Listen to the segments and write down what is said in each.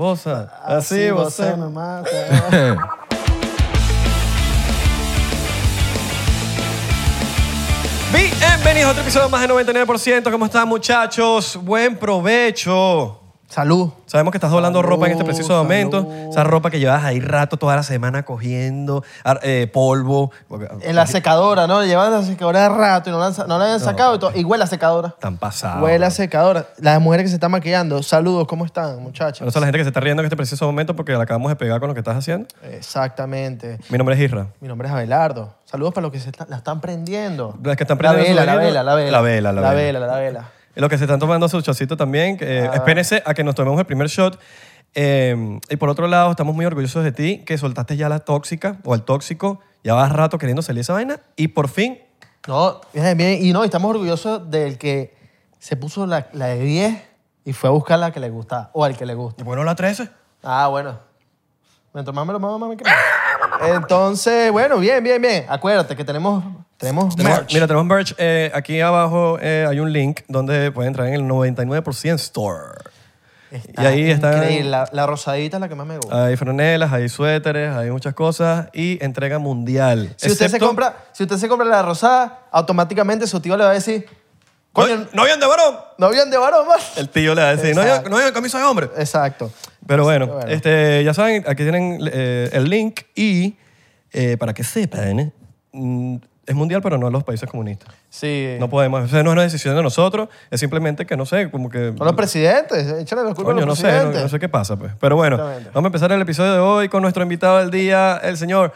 Bosa, Así você me mata. Bienvenidos a otro episodio más de 99%. ¿Cómo están, muchachos? Buen provecho. Salud. Sabemos que estás doblando Salud, ropa en este preciso salud. momento. Esa ropa que llevas ahí rato toda la semana cogiendo ar- eh, polvo. En la secadora, ¿no? Llevan la secadora de rato y no la han, sa- no la han sacado y, todo. y huele a secadora. Tan pasado. Huele a secadora. Las mujeres que se están maquillando, saludos, ¿cómo están, muchachas? Saludos a la gente que se está riendo en este preciso momento porque la acabamos de pegar con lo que estás haciendo. Exactamente. Mi nombre es Isra. Mi nombre es Abelardo. Saludos para los que se está- la están prendiendo. Las que están prendiendo La vela, su la velita. vela, la vela. La vela, la la vela. vela. La vela. Y Los que se están tomando su chocito también, que, Ah. eh, espérense a que nos tomemos el primer shot. Eh, y por otro lado, estamos muy orgullosos de ti, que soltaste ya la tóxica o al tóxico. Ya vas rato queriendo salir esa vaina y por fin No, bien, bien. Y no, estamos orgullosos del que se puso la, la de 10 y fue a buscar la que le gustaba o al que le gusta. ¿Y por qué no la 13? Ah, bueno. Mientras más me lo mamo, más me quema. Entonces, bueno, bien, bien, bien. Acuérdate que tenemos, tenemos merch. Mira, tenemos merch. eh, aquí abajo eh, hay un link donde pueden entrar en el 99% store. Está y ahí está- Ah, Increíble. La, la rosadita es la que más me gusta. Hay franelas, hay suéteres, hay muchas cosas y entrega mundial. si, usted se Excepto- compra, si usted se compra la rosada, automáticamente su tío le va a decir, ¡No, coño, no habían de varón! no habían de varón más. El tío le va a decir, no habían Exacto. no habían camisa de hombre. Exacto. Pero bueno, bueno. Este, ya saben, aquí tienen eh, el link y eh, para que sepan, mm, es mundial pero no en los países comunistas. Sí. No podemos, o sea, no es una decisión de nosotros, es simplemente que no sé, como que... Son los presidentes. Échale la culpa Coño, a no los sé, no, presidentes. no sé qué pasa, pues. Pero bueno, Exactamente. vamos a empezar el episodio de hoy con nuestro invitado del día, el señor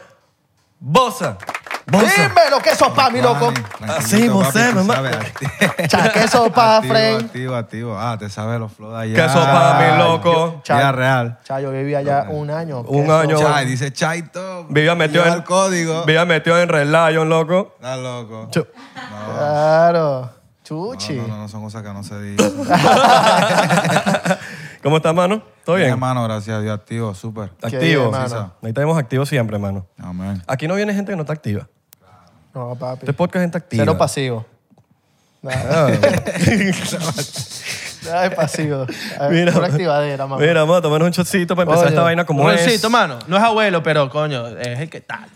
Bosa. Dímelo, que sopa, mi loco. Ah, Así, José, mamá. Cha, que sopa, activo, Fren. activo, activo. Ah, te sabes los flow de allá. Queso pa' mi loco. Chao. Ya real. Chayo, yo viví allá un año. Un queso. año. Chay, dice Chaito. Viva metido Lleva en... el código. Viva metido en Red Lion, loco. Está loco. Chu- Claro. No, Chuchi. no, no, no, son cosas que no se dicen. ¿Cómo estás, mano? ¿Todo bien? Hermano, gracias a Dios, activo, súper. Qué Activo. bien, mano. Ahí tenemos activos siempre, mano. Amén. Aquí no viene gente que no está activa. No, papi. Este podcast es gente activa. Cero pasivo. Nada, Ah, nada de pasivo. A ver, mira, Pura activadera, mamá. Mira, vamos a tomarnos un chocito para empezar Oye, esta vaina como es. Roncito, mano. No es abuelo, pero coño, es el que tal.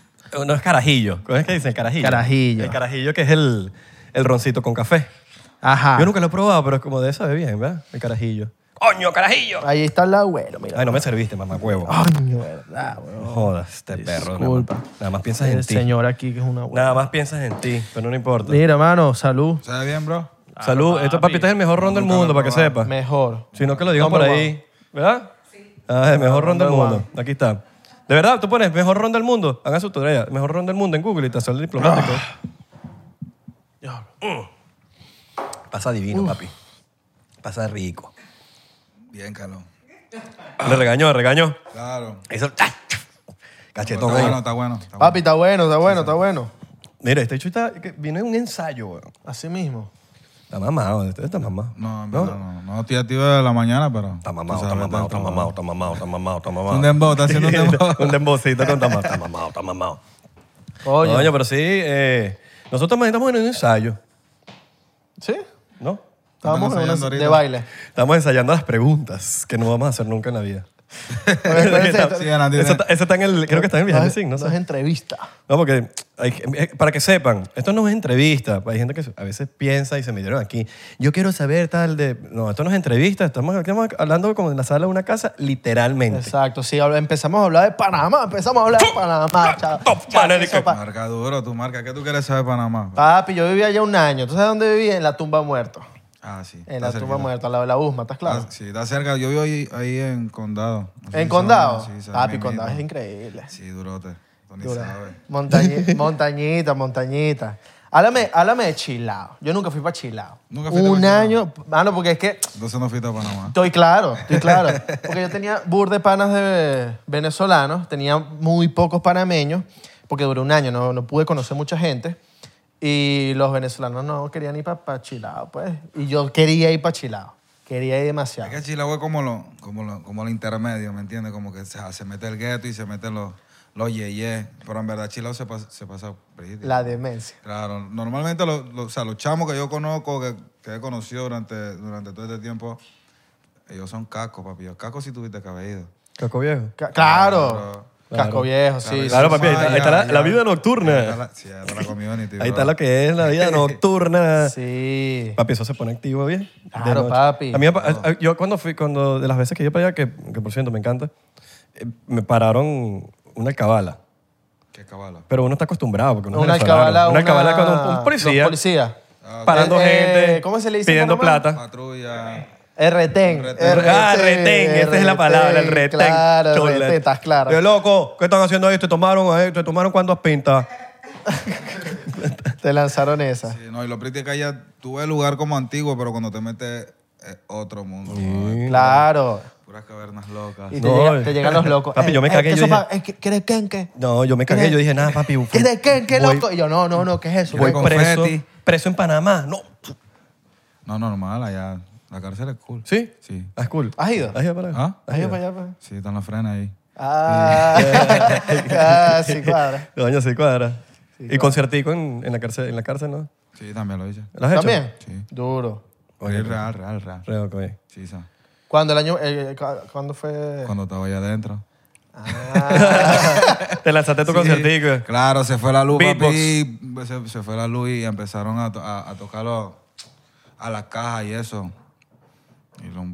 No es carajillo. ¿Cómo es que dicen? Carajillo. Carajillo. El carajillo que es el, el roncito con café. Ah. Ajá. Yo nunca lo he probado, pero es como de esa de bien, ¿verdad? El carajillo. ¡Coño, carajillo! Ahí está el abuelo, mira. Ay, no me serviste, mamá huevo. Coño, verdad, bro. No jodas, este perro. Disculpa. Nada más, nada más piensas en El ti. señor aquí que es una abuela. Nada más piensas en ti, pero no importa. Mira, mano, salud. ¿Se ve bien, bro? Salud. Esto, papi, este es el mejor ron del mundo, para que sepas. Mejor. Si no, que lo digan Number por ahí. ¿Verdad? Sí. Ah, el mejor ron del Number mundo. Aquí está. De verdad, tú pones mejor ron del mundo. Hagan su tarea. Mejor ron del mundo en Google y te sale el diplomático. Mm. Pasa divino, papi. Pasa rico. Bien, calón. Le regañó, regañó. Claro. Eso. Está Cachetón. ahí. bueno, está bueno. está Papi, está bueno, está bueno, está bueno. Mira, este hecho está. que Vino en un ensayo, weón. Así mismo. Está mamado. Este está mamado. bueno. No, no, no, no. No estoy activo de la mañana, pero. Está mamado, está mamado, está mamado, está mamado, está mamado, está mamado. Un dembow, está haciendo un dembow. un dembowcito con tamao. Está mamado, está mamado. Coño. Coño, pero sí, eh, nosotros también estamos en un ensayo, ¿Sí? ¿no? Estábamos en una ensayando ahorita. de baile. Estamos ensayando las preguntas que no vamos a hacer nunca en la vida. Espérense, Sí, Ana, tiene- Eso, está- eso está en el, creo que está en el viaje de signo, Eso es entrevista. No, porque hay- eh, para que sepan, esto no es entrevista. Hay gente que a veces piensa y se metieron aquí. Yo quiero saber tal de... No, esto no es entrevista. Estamos, estamos hablando como en la sala de una casa, literalmente. Exacto, sí, habla- empezamos a hablar de Panamá, empezamos a hablar de Panamá, chao. Top Chao, panel, que que- sopa. Marca duro, tu marca. ¿Qué tú quieres saber de Panamá? Papi, yo vivía allá un año. ¿Tú sabes dónde vivía? En la tumba muerto. Ah, sí. En está la tumba cerquita. muerta, al lado de la USMA, ¿estás claro? Ah, sí, está cerca. Yo vivo ahí, ahí en Condado. ¿En Condado? Sí, sabe, Papi, mi Condado mira. es increíble. Sí, durote. Tú ni Dura. sabes. Montañi- montañita, montañita. Háblame, háblame de Chilao. Yo nunca fui para Chilao. Nunca fuiste Un pa' año, mano, porque es que Entonces no fuiste a Panamá. estoy claro, estoy claro. Porque yo tenía bur de panas de venezolanos, tenía muy pocos panameños, porque duró un año, no, no pude conocer mucha gente. Y los venezolanos no querían ir para Chilao, pues. Y yo quería ir para Chilao. Quería ir demasiado. Es que Chilagüe es como lo, como lo, como lo intermedio, ¿me entiendes? Como que se, se mete el gueto y se meten los, los yeyes. Pero en verdad Chilagüe se, pas- se pasa... pretty. La demencia. Claro. Normalmente los, los- o sea, los chamos que yo conozco, que, que he conocido durante, durante todo este tiempo, Ellos son cacos, papi. Yo, caco si tuviste que haber ido. Caco viejo. Ca- claro. Claro. Casco viejo, sí. sí, Claro, sí. papi, ahí está, Ah, ahí está la, ya, la ya. vida nocturna. Ahí está la- Sí, ahí está la community, Ahí bro. está lo que es la vida nocturna. Ah, Sí. Papi, eso se pone activo bien. de Claro, noche. papi. A mí, me pa- a- a- yo cuando fui, cuando, de las veces que yo para allá, que, que por cierto me encanta, eh, me pararon una alcabala. Qué cabala. Pero uno está acostumbrado. Porque uno es Una venezolano. alcabala. Una alcabala cuando un, un los policía. policías. Ah, Parando Eh, gente. ¿cómo se le dice Pidiendo en Panamá? plata. Patrulla. Retén. Retén. Ah, retén, esa es la palabra, el retén. E Claro, Chola. retén, estás claro. Yo, loco, ¿qué están haciendo ahí? ¿Te tomaron ahí? ¿Te tomaron cuántas pintas? Te lanzaron esa. Sí, no, y lo triste es que allá tuve lugar como antiguo, pero cuando te metes es otro mundo. ¿no? Claro. Puras cavernas locas. Y te, No, llega- eh. te llegan los locos. Papi, Eh, yo me eh, cagué, ¿qué yo eso dije- pa- es que- ¿Quieres qué? No, yo me cagué. Yo dije, nada, papi. fui- ¿Qué de qué? ¿Qué voy- loco? Y yo, no, no, no, ¿qué es eso? Voy Con preso, confeti. preso en Panamá. No. No, normal, allá. La cárcel es cool. ¿Sí? Sí. Ah, es cool. ¿Has ido? ¿Has ido para allá? ¿Ah? ¿Has Ahí ido? Mm. para allá, pues. Sí, están los frenos ahí. Ah, ah, sí, cuadra. Doña, sí cuadra. y concertico en, en la cárcel, en la cárcel, ¿no? Sí, también lo hice. ¿Lo has hecho? ¿También? Sí. Duro. Oye, real, real, real. Re loco, eh. Sí, sa. ¿Cuándo el año? eh, cu- ¿Cuándo fue? Ah, Cuando estaba allá adentro. Te lanzaste tu Sí, concertico. Claro, se fue la luz, Beatbox. papi. Se, se fue la luz y empezaron a, to- a, a tocar los- a las cajas y eso. Y lo-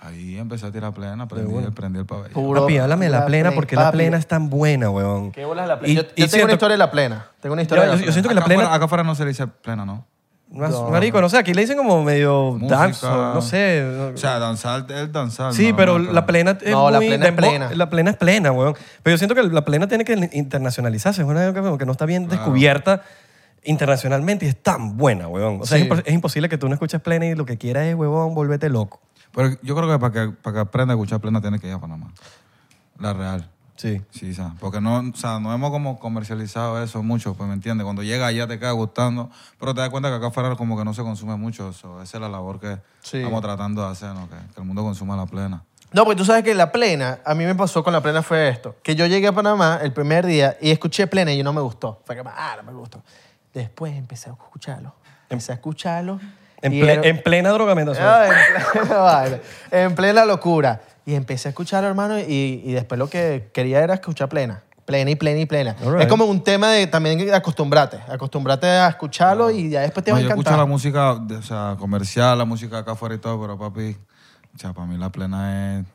ahí empecé a tirar plena, prendí, prendí el pabellón. Puro- Papi, háblame de la plena porque la papi. plena es tan buena, weón. ¿Qué bolas la Y- plena? Yo, yo y tengo siento- una historia de la plena. Tengo una historia Yo- de la yo siento que la Acá plena- afuera- acá afuera no se le dice plena, ¿no? Más marico, no sé, aquí le dicen como medio Música. dance, no sé. no- O sea, danzar, el danzar. Sí, Ah, no, pero no, la plena es No, la muy plena es dembow- plena. La plena es plena, weón. Pero yo siento que la plena tiene que internacionalizarse. Es una vaina que como que no está bien descubierta internacionalmente y es tan buena, weón. O sea, es, impos- es imposible que tú no escuches plena y lo que quieras es, weón, volvete loco. Pero yo creo que para que, para que aprenda a escuchar plena tiene que ir a Panamá. La real. Sí. Sí, sa. porque no, o sea, no hemos como comercializado eso mucho, pues me entiendes. Cuando llega allá te queda gustando, pero te das cuenta que acá afuera como que no se consume mucho eso. Esa es la labor que Sí. estamos tratando de hacer, ¿no? que, que el mundo consuma la plena. No, porque tú sabes que la plena, a mí me pasó con la plena fue esto, que yo llegué a Panamá el primer día y escuché plena y no me gustó. Fue que, ah, no me gustó. Después empecé a escucharlo. Empecé a escucharlo. En, y ple- era- en plena drogamentación. Ah, en plena vaina, en plena locura. Y empecé a escucharlo, hermano, y, y después lo que quería era escuchar plena. Plena y plena y plena. All right. Es como un tema de también acostumbrarte. Acostumbrarte a Ah. escucharlo y ya después te va No, a yo escucho la encantar. música de- o sea, comercial, la música acá afuera y todo, pero papi, o sea, para mí la plena es,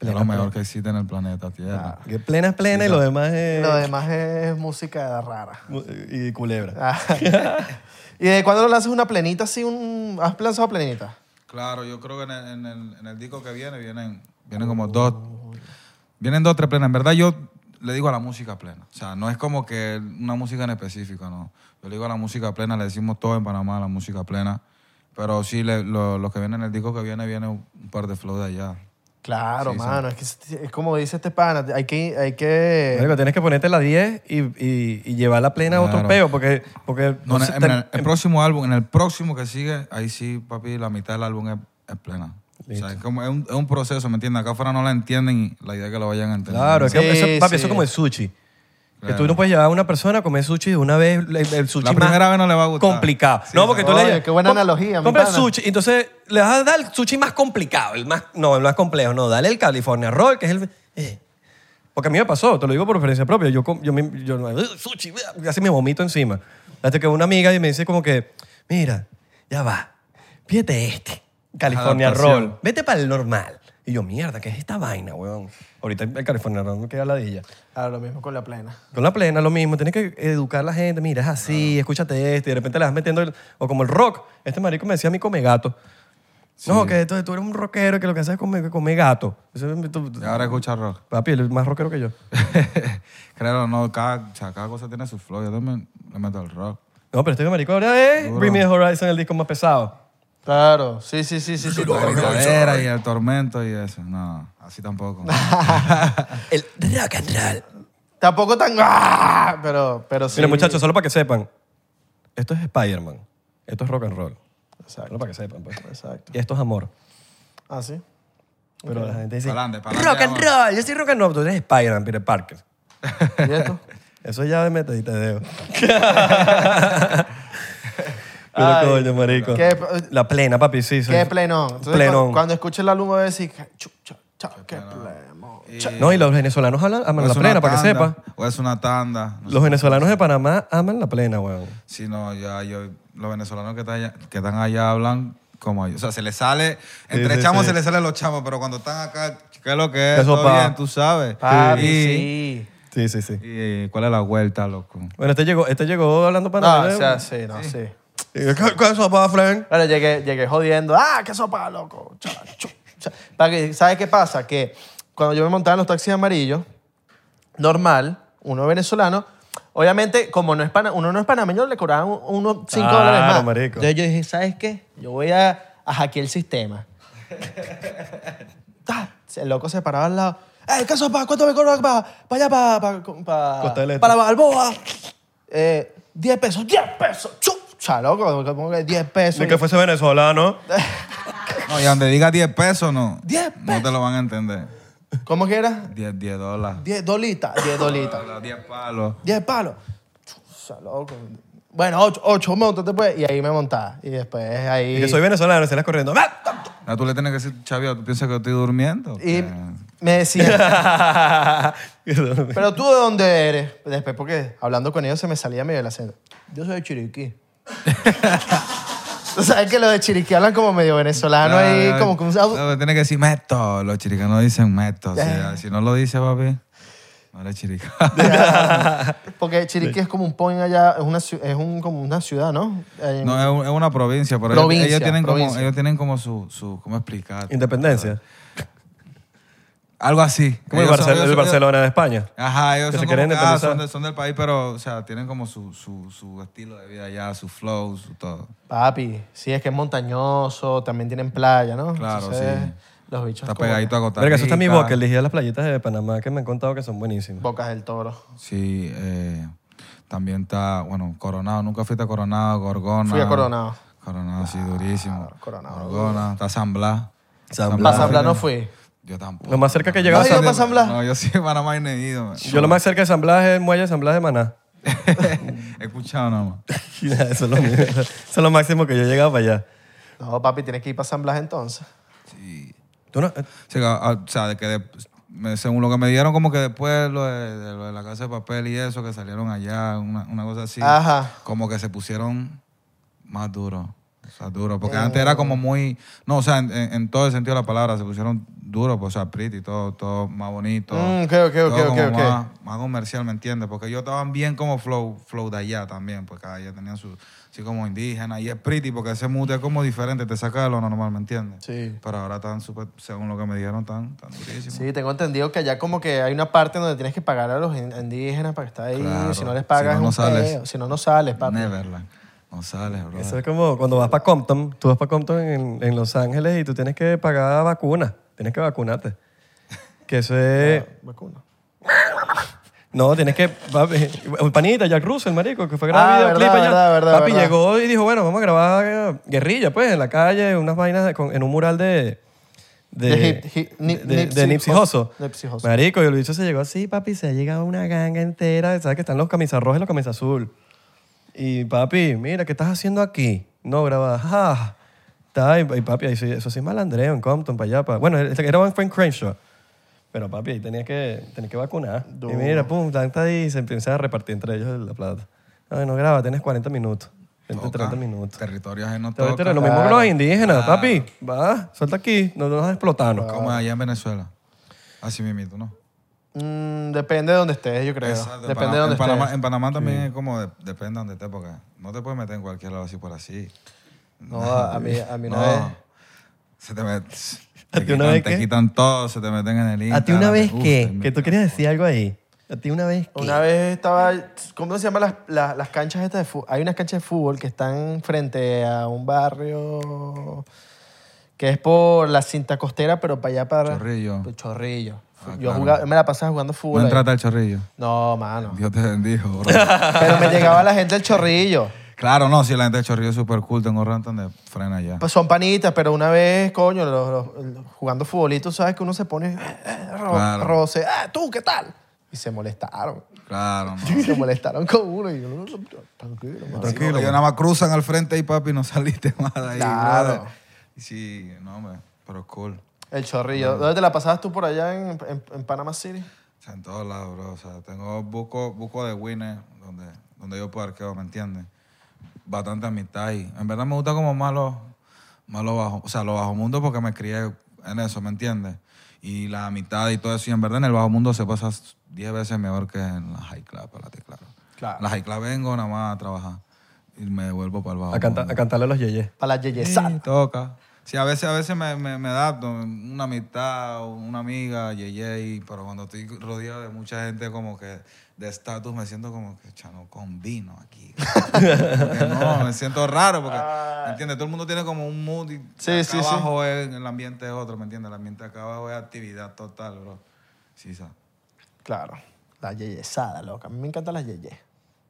es lo mejor que existe en el planeta Tierra. Que plena es plena y lo demás es... Ah. Lo demás es música rara. Y culebra. Ah. ¿Y de cuándo lo lanzas una plenita así? Un... ¿Has lanzado plenita? Claro, yo creo que en el, en el- en el disco que viene vienen, vienen como dos, vienen dos, tres plenas. En verdad yo le digo a la música plena. O sea, no es como que una música en específica, no. Yo le digo a la música plena, le decimos todo en Panamá, la música plena. Pero sí, le- lo- los que vienen en el disco que viene, viene un par de flow de allá. Claro, mano. Es, que es- es como dice este pana. Hay que... Hay que... Marico, tienes que ponerte la 10 y, y, y llevar la plena a otro Claro. peo porque... porque No, en, sé, en ten- el, el próximo álbum, en el próximo que sigue, ahí sí, papi, la mitad del álbum es, es plena. O sea, es, como, es, un, es un proceso, ¿me entiendes? Acá afuera no la entienden y la idea es que lo vayan a entender. Claro, es que Sí, eso, papi, eso sí. es como el sushi. Que tú Claro. no puedes llevar a una persona a comer sushi de una vez, el, el sushi La primera más vez no le va a gustar. complicado. Sí, no, porque tú le Oye, qué buena Com- analogía, mi Compra el pana. sushi, entonces le vas a dar el sushi más complicado, el más, no, el más complejo, no, dale el California Roll, que es el... eh. Porque a mí me pasó, te lo digo por experiencia propia, yo, com- yo, me- yo, "Ugh, sushi, ugh", casi me vomito encima. Hasta que una amiga y me dice como que, mira, ya va, pídete este, California Adaptación. Roll, vete para el normal. Y yo, mierda, ¿qué es esta vaina, weón? Ahorita el California Roll me queda ladilla. Claro, Ah, lo mismo con la plena. Con la plena, lo mismo. Tienes que educar a la gente. Mira, es así, escúchate este. Y de repente le vas metiendo. el- o como el rock. Este marico me decía a mí come gato. No, que tú, tú eres un rockero que lo que haces es comer, comer gato. Eso es- tú- Y ahora escucha rock. papi, él es más rockero que yo. Claro, no, cada, o sea, cada cosa tiene su flow. Yo también le meto el rock. No, pero este marico ahora es Bring Me the Horizon, el disco más pesado. Claro. Sí, sí, sí, sí. sí. La gritadera y el tormento y eso. No, así tampoco. El rock and roll. Tampoco tan... ¡Ah! Pero, pero sí. Mira, muchachos, solo para que sepan. Esto es Spider-Man. Esto es rock and roll. Solo Exacto. para que sepan. pues. Exacto. Y esto es amor. Ah, sí. Pero la gente dice, Pa'lante, pa'lante, rock and amor". roll. Yo soy rock and roll. Tú eres Spider-Man, Peter Parker. ¿Y esto? Eso ya me metadita de dedo. Pero Ay, coño, marico. qué- la plena, papi, sí. sí. Qué plenón. Entonces, Plenón. Cuando, cuando escuches la luma, vas a decir, chucha, cha, qué plenón. No, y los venezolanos hablan- O aman es la una plena, para que tanda, sepa. O es una tanda. Los venezolanos de Panamá aman la plena, weón. Si no, ya yo, los venezolanos que están allá, que están allá hablan como ellos. O sea, se les sale, entre sí, chamos sí. se les salen los chamos, pero cuando están acá, ¿qué es lo que es? Eso Todo pa- bien, tú sabes. Papi, Y- sí. Sí, sí, sí. y ¿Cuál es la vuelta, loco? Bueno, este llegó, este llegó hablando No, Panamá. Ah, o sea, sí, no, sí. ¿Qué, qué es eso, pa, Frank? Bueno, llegué, llegué jodiendo. ¡Ah, qué sopa, loco! Cha, chu, cha. Para que- ¿Sabes qué pasa? Que cuando yo me montaba en los taxis amarillos, normal, uno venezolano, obviamente, como no es pana- uno no es panameño, le cobraban un- unos 5 Claro, dólares más. marico. Entonces yo dije, ¿sabes qué? Yo voy a, a hackear el sistema. Ta, el loco se paraba al lado. ¡Eh, qué sopa! ¿Cuánto me cobran para allá, para Costa del Este. para Balboa? Eh, 10 pesos, 10 pesos. Chu, cha, loco, como que 10 pesos. Ni que fuese venezolano. No, y donde diga 10 pesos, no. 10 No te lo van a entender. ¿Cómo que era? 10, 10 dólares. 10 dolitas. 10 dolitas. 10 palos. 10 palos. Chusa, loco. Bueno, 8, 8, montate pues. Y ahí me montaba. Y después ahí. Y que soy venezolano, se las corriendo. ¡Ah! Ah, tú le tienes que decir, Chavio, ¿tú piensas que estoy durmiendo? Y Que- me decían, ¡Ah! ¿pero tú de dónde eres? Después, porque hablando con ellos se me salía medio el acento. Yo soy de Chiriquí. Tú sabes que los de Chiriquí hablan como medio venezolano ahí, ah, como con un. No, Tiene que decir meto. Los chiricanos dicen meto. Si, Eh. si no lo dice, papi, no eres chiricano. Porque Chiriquí es como un point allá, es, una, ciu- es un, como una ciudad, ¿no? Eh, No, es un- es una provincia, pero ellos- Provincia, ellos, tienen como, provincia. ellos tienen como su, su ¿cómo explicar? Independencia. Algo así. Como el, Ellos son- Barcel- ellos el son- Barcelona de España. Ajá, ellos Que son, se quieren como- ah, independizar. son, de- son del país, pero, o sea, tienen como su, su, su estilo de vida allá, su flow, su todo. Papi, sí, es que es montañoso, también tienen playa, ¿no? Claro, sí. Los bichos. Está como pegadito a Costa Verga, eso está en mi Rica. boca, el de las playitas de Panamá que me han contado que son buenísimas. Bocas del toro. Sí, eh, también está, bueno, Coronado. Nunca fuiste a Coronado, Gorgona. Fui a Coronado. Ah, Coronado, sí, durísimo. Coronado. Gorgona, está San Blas. San Para Blas. San Blas no fui. Yo tampoco. Lo más cerca que he No, llegado ¿No a has ido San para San Blas? No, yo sí, de Panamá y no he ido. man. Yo lo más cerca de San Blas es el muelle de San Blas de Maná. He escuchado nada más. eso, es lo, mío. Eso es lo máximo que yo he llegado para allá. No, papi, tienes que ir para San Blas entonces. ¿Tú no? eh, O sea, a- o sea, de que de- me- según lo que me dieron, como que después lo de, de lo de la casa de papel y eso, que salieron allá, una, una cosa así. Ajá. Como que se pusieron más duro. O sea, duro. Oh. Porque antes era como muy. No, o sea, en, en- en todo el sentido de la palabra, se pusieron duro, pues, o sea, pretty, todo, todo más bonito. Mm, ok, ok, todo ok, ok, como ok. Más, más comercial, ¿me entiendes? Porque ellos estaban bien como flow, flow de allá también, porque allá tenían su. Así como indígena, y es pretty, porque ese mood es como diferente, te saca de lo normal, ¿me entiendes? Sí. Pero ahora están súper, según lo que me dijeron, están, están durísimos. Sí, tengo entendido que allá como que hay una parte donde tienes que pagar a los in- indígenas para que estar ahí. Claro. Si no les pagas, Si no, no es un sales. peo. Si no, no sales, papi. Neverland. No sales, bro. Eso es como cuando vas para Compton, tú vas para Compton en, en Los Ángeles y tú tienes que pagar vacuna, tienes que vacunarte. Que eso es... Vacuna. No, tienes que... papi, panita, Jack Russell, marico, que fue a grabar Ah, videoclip verdad, allá. verdad, verdad, Papi verdad. llegó y dijo, bueno, vamos a grabar eh, guerrilla, pues, en la calle, unas vainas de- con- en un mural de... De, De Hip- Hip- Nip- de, de Nipsey Nipsey Hussle. Hussle. Nipsey Hussle. Marico, y el bicho se llegó así, papi, se ha llegado una ganga entera. ¿Sabes que están los camisas rojas y los camisas azul? Y papi, mira, ¿qué estás haciendo aquí? No, grababa. Ah, está, y, y papi, ahí sí- eso sí es malandreo en Compton, para allá. pa- Bueno, era en Frank Crenshaw. Pero papi, ahí tenías que, tenías que vacunar. Y mira, pum, tanta ahí y se empieza a repartir entre ellos la plata. Ay, no graba, tienes 40 minutos. 20, Toca. 30 minutos. Territorio ajeno Te voy a toca. enterar, lo mismo que los indígenas, papi. Va, suelta aquí, no nos vas a explotarnos. Como allá en Venezuela. Así mismito, ¿no? Mm, depende de donde estés, yo creo. Exacto, en depende de donde Panamá- en estés. Panamá, en Panamá también es como, de- depende de donde estés, porque no te puedes meter en cualquier lado así por así. No, a a mí, a mí una No. vez. Se te meten. ¿A Te, ti una quitan- vez te qué? quitan todo, se te meten en el Instagram. ¿A ti una vez Uf, qué? te- Que tú querías decir algo ahí. ¿A ti una vez qué? Una vez estaba, ¿cómo se llaman las, las, las canchas estas de fútbol? Hay unas canchas de fútbol que están frente a un barrio que es por la cinta costera, pero para allá para... Chorrillo. Por Chorrillo. Ah, yo claro. jugaba- me la pasaba jugando fútbol. No ahí. entraste al chorrillo. No, mano. Dios te bendijo, bro. Pero me llegaba la gente del chorrillo. claro, no, si la gente del chorrillo es súper cool, tengo rantan de frena ya. Pues son panitas, pero una vez, coño, los- los- los- jugando futbolito, sabes que uno se pone eh, eh, ro- Claro. roce. Ah, tú, ¿qué tal? Y se molestaron. Claro, no. Se molestaron con uno y yo, no, no, tranquilo, mano. Tranquilo. Ellos nada más cruzan al frente y papi, no saliste más de ahí. Claro. brother. Y sí, no, hombre, pero cool. El chorrillo. ¿Dónde te la pasabas tú por allá en, en, en Panama City? O sea, en todos lados, bro. O sea, tengo buco, buco de winner donde, donde yo parqueo, ¿me entiendes? Bastante amistad y en verdad me gusta como más los, más los bajo, o sea, los bajo mundo porque me crié en eso, ¿me entiendes? Y la amistad y todo eso. Y en verdad en el bajo mundo se pasa 10 veces mejor que en la high club, para ti, claro. Claro. En la high club vengo nada más a trabajar y me devuelvo para el bajo A, canta- mundo. a cantarle a los yeyes. Para la yeyesada. Sí, toca. Sí, a veces, a veces me, me, me adapto. Una amistad, una amiga, yeye, y- pero cuando estoy rodeado de mucha gente como que de estatus me siento como que chano condino aquí. Como que no, me siento raro porque, ¿me entiendes? Todo el mundo tiene como un mood y Sí, sí, acá sí. abajo es- el ambiente es otro, ¿me entiendes? El ambiente acá abajo es actividad total, bro. Sí, sa- Claro. La yeyesada, loca. A mí me encantan las yeyes.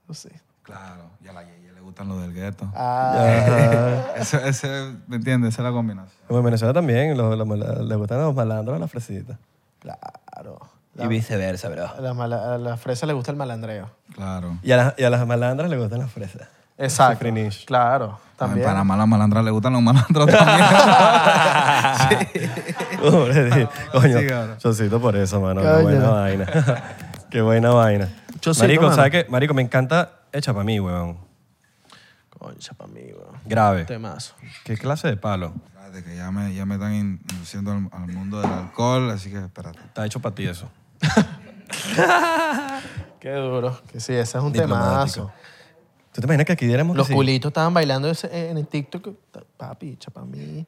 Yo sí. claro. Y a la yeye le gustan los del gueto. Ah, Eso- ese, ¿me entiendes? Esa es la combinación. Como en Venezuela también, los, los mala- le gustan a los malandros las fresitas. claro. Y viceversa, bro. A la, mala- a la fresa le gusta el malandreo. Claro. Y a las, y a las malandras les gustan las fresas. Exacto. Sofrenish. Claro, También. también. Para malas malandras le gustan los malandros también. Pobre tío. Coño, Sí, cabrón. chocito por eso, mano. Qué Coño. buena vaina. Qué buena vaina. Chocito, Marico, mano. ¿sabes qué? Marico, me encanta Echa para mí, weón. Coño, para mí, weón. Grave. Temazo. ¿Qué clase de palo? Espérate, que ya me, ya me están in- induciendo al, al mundo del alcohol, así que espérate. Está hecho para ti eso. Qué duro. Que sí, ese es un Diplomático. temazo. ¿Tú te imaginas que aquí diéramos que Los sí? culitos estaban bailando ese- eh, en el TikTok. Papi, chapa mí.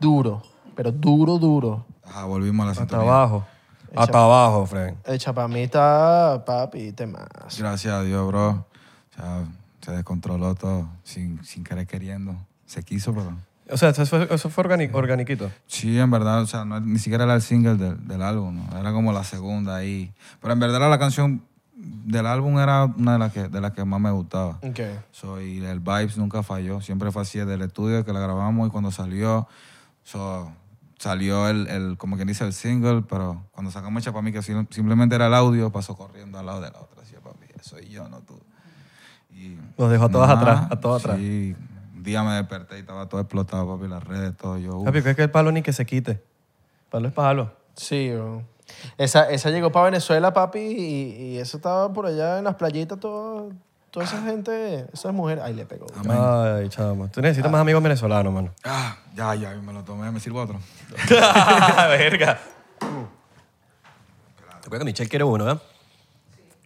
Duro, pero duro, duro. Ajá, volvimos a la Hasta sintonía. abajo. Hasta abajo, Fren. El chapamí está, papi, temazo. Gracias a Dios, bro. O sea, se descontroló todo sin, sin querer queriendo. Se quiso, pero... O sea, eso fue, eso fue organi- organiquito. Sí, en verdad, o sea, no- ni siquiera era el single del, del álbum, ¿no? era como la segunda ahí. Pero en verdad era la canción del álbum era una de las que, de las que más me gustaba. Ok. So, y el Vibes nunca falló. Siempre fue así desde el estudio que la grabamos y cuando salió, so, salió el, el, como quien dice, el single, pero cuando sacamos Echa Pa' mí, que sim- simplemente era el audio, pasó corriendo al lado de la otra. Así, papi, soy yo, no tú. Y, Los dejó a todas nada, atrás, a todas atrás. Ah, Sí, un día me desperté y estaba todo explotado, papi, las redes, todo. Yo, "Uh, uf. Papi, ¿crees que el palo ni que se quite? Palo es palo. Sí, bro. Esa, esa llegó para Venezuela, papi, y, y eso estaba por allá en las playitas, toda, toda esa gente, esas mujeres. Ay, le pegó. Ay, chamo. Tú necesitas más amigos venezolanos, mano. Ah, ya, ya, me lo tomé, me sirvo otro. Verga. Te acuerdas que Michelle quiere uno, ¿verdad?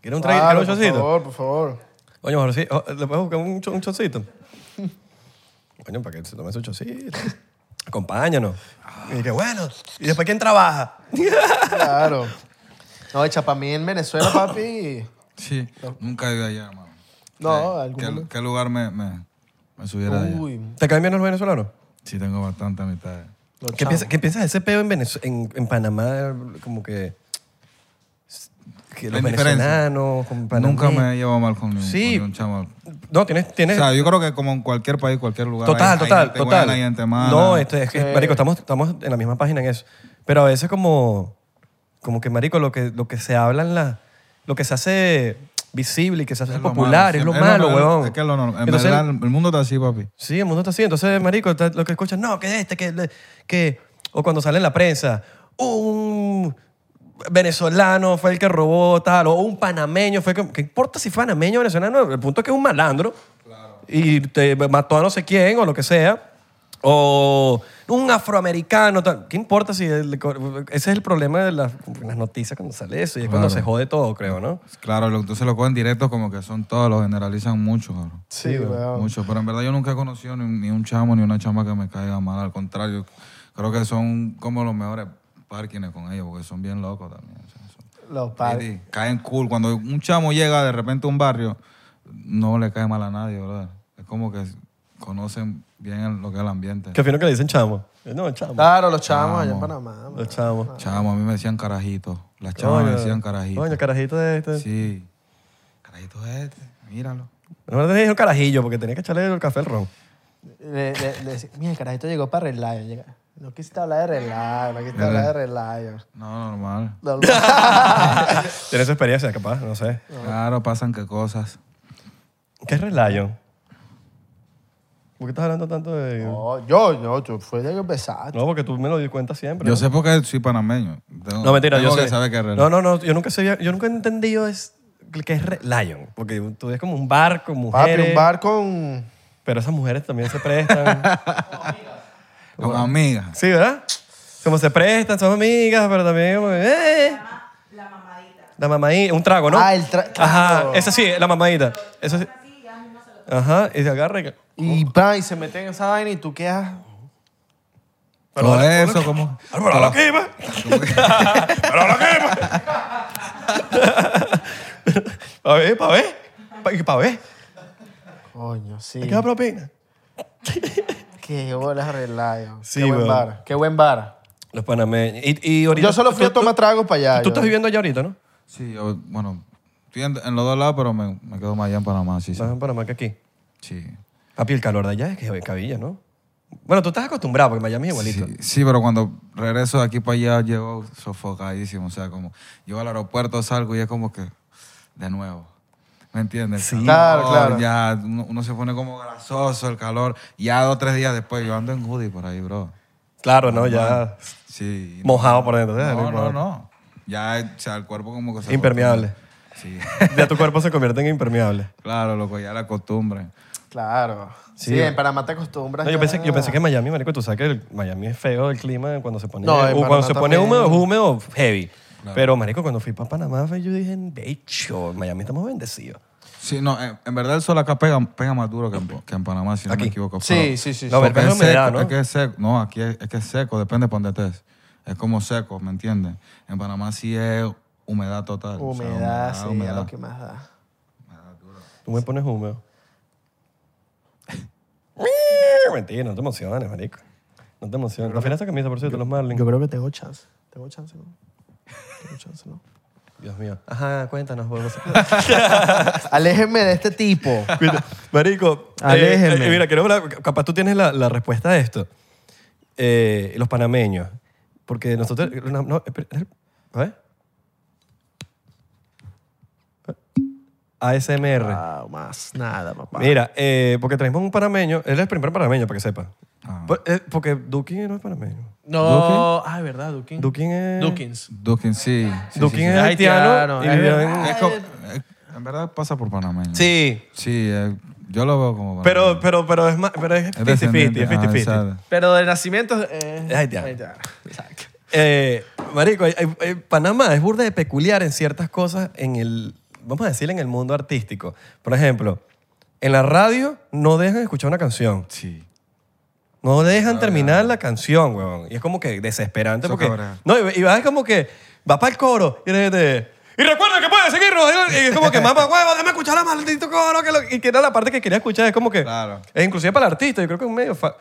¿Quiere un traguito? Claro, ¿Quiere un por chocito? favor, por favor. Coño, mejor sí. oh, ¿Le puedes buscar un, cho- un chocito? Coño, para que se tome su chocito. Acompáñanos. Y dije, bueno. ¿Y después quién trabaja? Claro. No, el chapamí en Venezuela, papi. Sí, nunca he ido allá, hermano. No, ¿Qué- algún ¿Qué, momento. qué lugar me, me, me subiera allá? Uy, ¿Te caen bien los venezolanos? Sí, tengo bastante amistades. los ¿Qué chamos. piensas, ¿Qué piensas de ese peo en, Venez- en, en Panamá? Como que. que La los indiferencia. venezolanos, como panameños. Nunca me he llevado mal con ningún, Sí. con ningún chamo. No, tienes. O tienes sea, yo creo que como en cualquier país, cualquier lugar. total, hay- hay total, gente total. buena, hay gente mala. no, esto es que, Marico, estamos, estamos en la misma página en eso. Pero a veces, como. Como que, Marico, lo que, lo que se habla en la. Lo que se hace visible y que se hace Es lo popular malo, es lo siempre- malo, es huevón. Es que es lo normal. En Entonces, verdad, el mundo está así, papi. Sí, el mundo está así. Entonces, marico, está- lo que escuchan, no, que este, que, le- que... O cuando sale en la prensa, un venezolano fue el que robó tal, o un panameño fue el que... ¿Qué importa si fue panameño o venezolano? El punto es que es un malandro y te mató a no sé quién o lo que sea. O un afroamericano, tal. ¿Qué importa si... el- ese es el problema de las, las noticias cuando sale eso y es cuando Claro. se jode todo, creo, ¿no? Pues Claro, lo- entonces lo cogen directo como que son todos, lo generalizan mucho, cabrón. Sí, weón. Mucho, pero en verdad yo nunca he conocido ni, ni un chamo ni una chama que me caiga mal. Al contrario, creo que son como los mejores parkings con ellos, porque son bien locos también. o sea, son- Los padres. Sí, caen cool. Cuando un chamo llega de repente a un barrio, no le cae mal a nadie, brother. Es como que conocen bien el- lo que es el ambiente. Que fino que le dicen chamo. No, chamo. Claro, los chamos allá en Panamá. man. Los chamos. Chamo, a mí me decían carajito. Las chamas me Coño, decían carajito. Coño, carajito de este. Sí. Carajito es este, míralo. No te dije un carajillo porque tenía que echarle el café al ron. Le, le, le decía, mira, el carajito llegó para arreglar. Llega. No quisiste hablar de relajo, no quisiste hablar de relajo. No, normal. Tienes experiencia, capaz, no sé. Claro, pasan que cosas. ¿Qué es relayo? ¿Por qué estás hablando tanto de.? No, No, yo, yo, yo, fue de que empezaste. porque tú me lo di cuenta siempre. Yo ¿no? sé por qué soy panameño. Tengo- No, mentira, tengo yo que sé. saber qué es no, no, no, yo nunca sabía, yo nunca he entendido es, qué es re- Lion, porque tú ves como un bar con Papi, mujeres, un bar con... pero esas mujeres también se prestan. Con amigas. sí, ¿verdad? Como se prestan, son amigas, pero también como, eh. La mamadita. La mamadita, un trago, ¿no? Ah, el tra- Ajá, esa sí, la mamadita. Esa sí. Ajá, y se agarra y... Y, pa, y se meten en esa vaina y tú quedas... Todo eso, como... Álvaro, "Ah, la quema. Álvaro, la quema. Pa' ver, pa' ver. Pa' pa' ver. Coño, sí. ¿Te queda propina? Qué bolas de relajo. Sí, Qué buen weón. bar. Qué buen bar. Los panameños. Y, y ahorita, Yo solo fui tú- a tomar tragos para allá. Tú, tú yo. estás viviendo allá ahorita, ¿no? Sí, yo, bueno, estoy en, en los dos lados, pero me, me quedo más allá en Panamá, sí, sí. Más en Panamá que aquí. Sí. Papi, el calor de allá es que es cabilla, ¿no? Bueno, tú estás acostumbrado porque Miami es igualito. Sí, sí, pero cuando regreso de aquí para allá llego sofocadísimo. O sea, como llego al aeropuerto, salgo y es como que de nuevo. ¿Me entiendes? El Claro, calor, claro. Ya uno, uno se pone como grasoso el calor. Ya dos o tres días después yo ando en hoodie por ahí, bro. Claro, ¿no? Ya Sí. mojado por dentro. ¿eh? No, no, no. Ya, o sea, el cuerpo como que se... Impermeable. Sí. Ya tu cuerpo se convierte en impermeable. claro, loco, ya la costumbre. Claro. Sí, Sí, weón. en Panamá te acostumbras. No, yo, ya. pensé, yo pensé que en Miami, marico, tú sabes que el- Miami es feo el clima cuando se pone, No, en o Panamá cuando se pone también. húmedo, es húmedo, heavy. Pero, marico, cuando fui para Panamá, fe, yo dije, de hecho, en Miami estamos bendecidos. Sí, no, en, en verdad el sol acá pega, pega más duro que en, que en Panamá, si no Aquí. me equivoco. Sí, pero- sí, sí. No, sí. pero- Porque es es seco, humedad, ¿no? es que es seco. No, aquí es, es que es seco, depende de donde estés. Es como seco, ¿me entiendes? En Panamá sí es humedad total. o sea, Humedad, sí, a humedad. lo que más da. Tú me pones húmedo. Mentira, no te emociones, marico. No te emociones. Refina esa camisa, por cierto, los Marlins. Yo creo que tengo chance. Tengo chance, ¿no? Tengo chance, ¿no? Dios mío. Ajá, cuéntanos, huevos. Aléjenme de este tipo. Mira, Marico, eh, Aléjenme. eh, mira, quiero hablar- capaz tú tienes la, la respuesta a esto. Eh, los panameños. Porque nosotros... No, no, espera, espera. a ver. ASMR. Ah, más nada, papá. Mira, eh, porque traemos un panameño. Él es el primer panameño, para que sepa. Ah. Por- eh, porque Dukin no es panameño. No. Ah, verdad, Dukin. Dukin es... Dukins. Dukin, sí. sí, Dukin sí, sí. es haitiano. Haitiano, y es vive verdad. en- Es como- eh, en verdad pasa por Panamá. ¿no? Sí, Sí, eh, yo lo veo como. pero, panameño. pero, pero es más... Pero es Es 50-50, es descendiente, ajá, 50-50. exacto. Pero de nacimiento eh, Es haitiano. Exacto. Eh, marico, hay- hay- hay- Panamá es burda de peculiar en ciertas cosas en el, vamos a decir, en el mundo artístico. Por ejemplo, en la radio no dejan escuchar una canción. Sí. No dejan terminar la canción, weón. Y es como que desesperante Ah, Eso porque... cabrón. No, y, y vas como que... Vas para el coro y eres de... Y recuerda que puedes seguirnos. Y es como que, mamá, huevo, déjame escuchar la maldito coro. Que lo- y que era la parte que quería escuchar. Es como que... Claro. E inclusive para el artista, yo creo que es un medio... fa-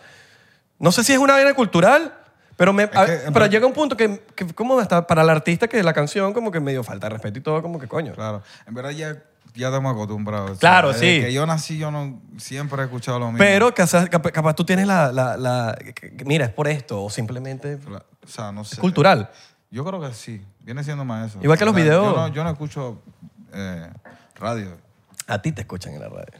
No sé si es una vaina cultural, pero, me, a- que, en pero verdad- llega un punto que, que como hasta para el artista que la canción como que medio falta de respeto y todo, como que coño. Claro. En verdad ya, ya estamos acostumbrados. o sea, Claro, desde sí. Que yo nací, yo no, siempre he escuchado lo mismo. Pero quizás- cap- capaz, tú tienes la... la- la- que- que- mira, es por esto o simplemente... Cla- O sea, no sé. cultural. Yo creo que sí. Viene siendo más eso. Igual que los O sea, videos. Yo no, yo no escucho eh, radio. A ti te escuchan en la radio.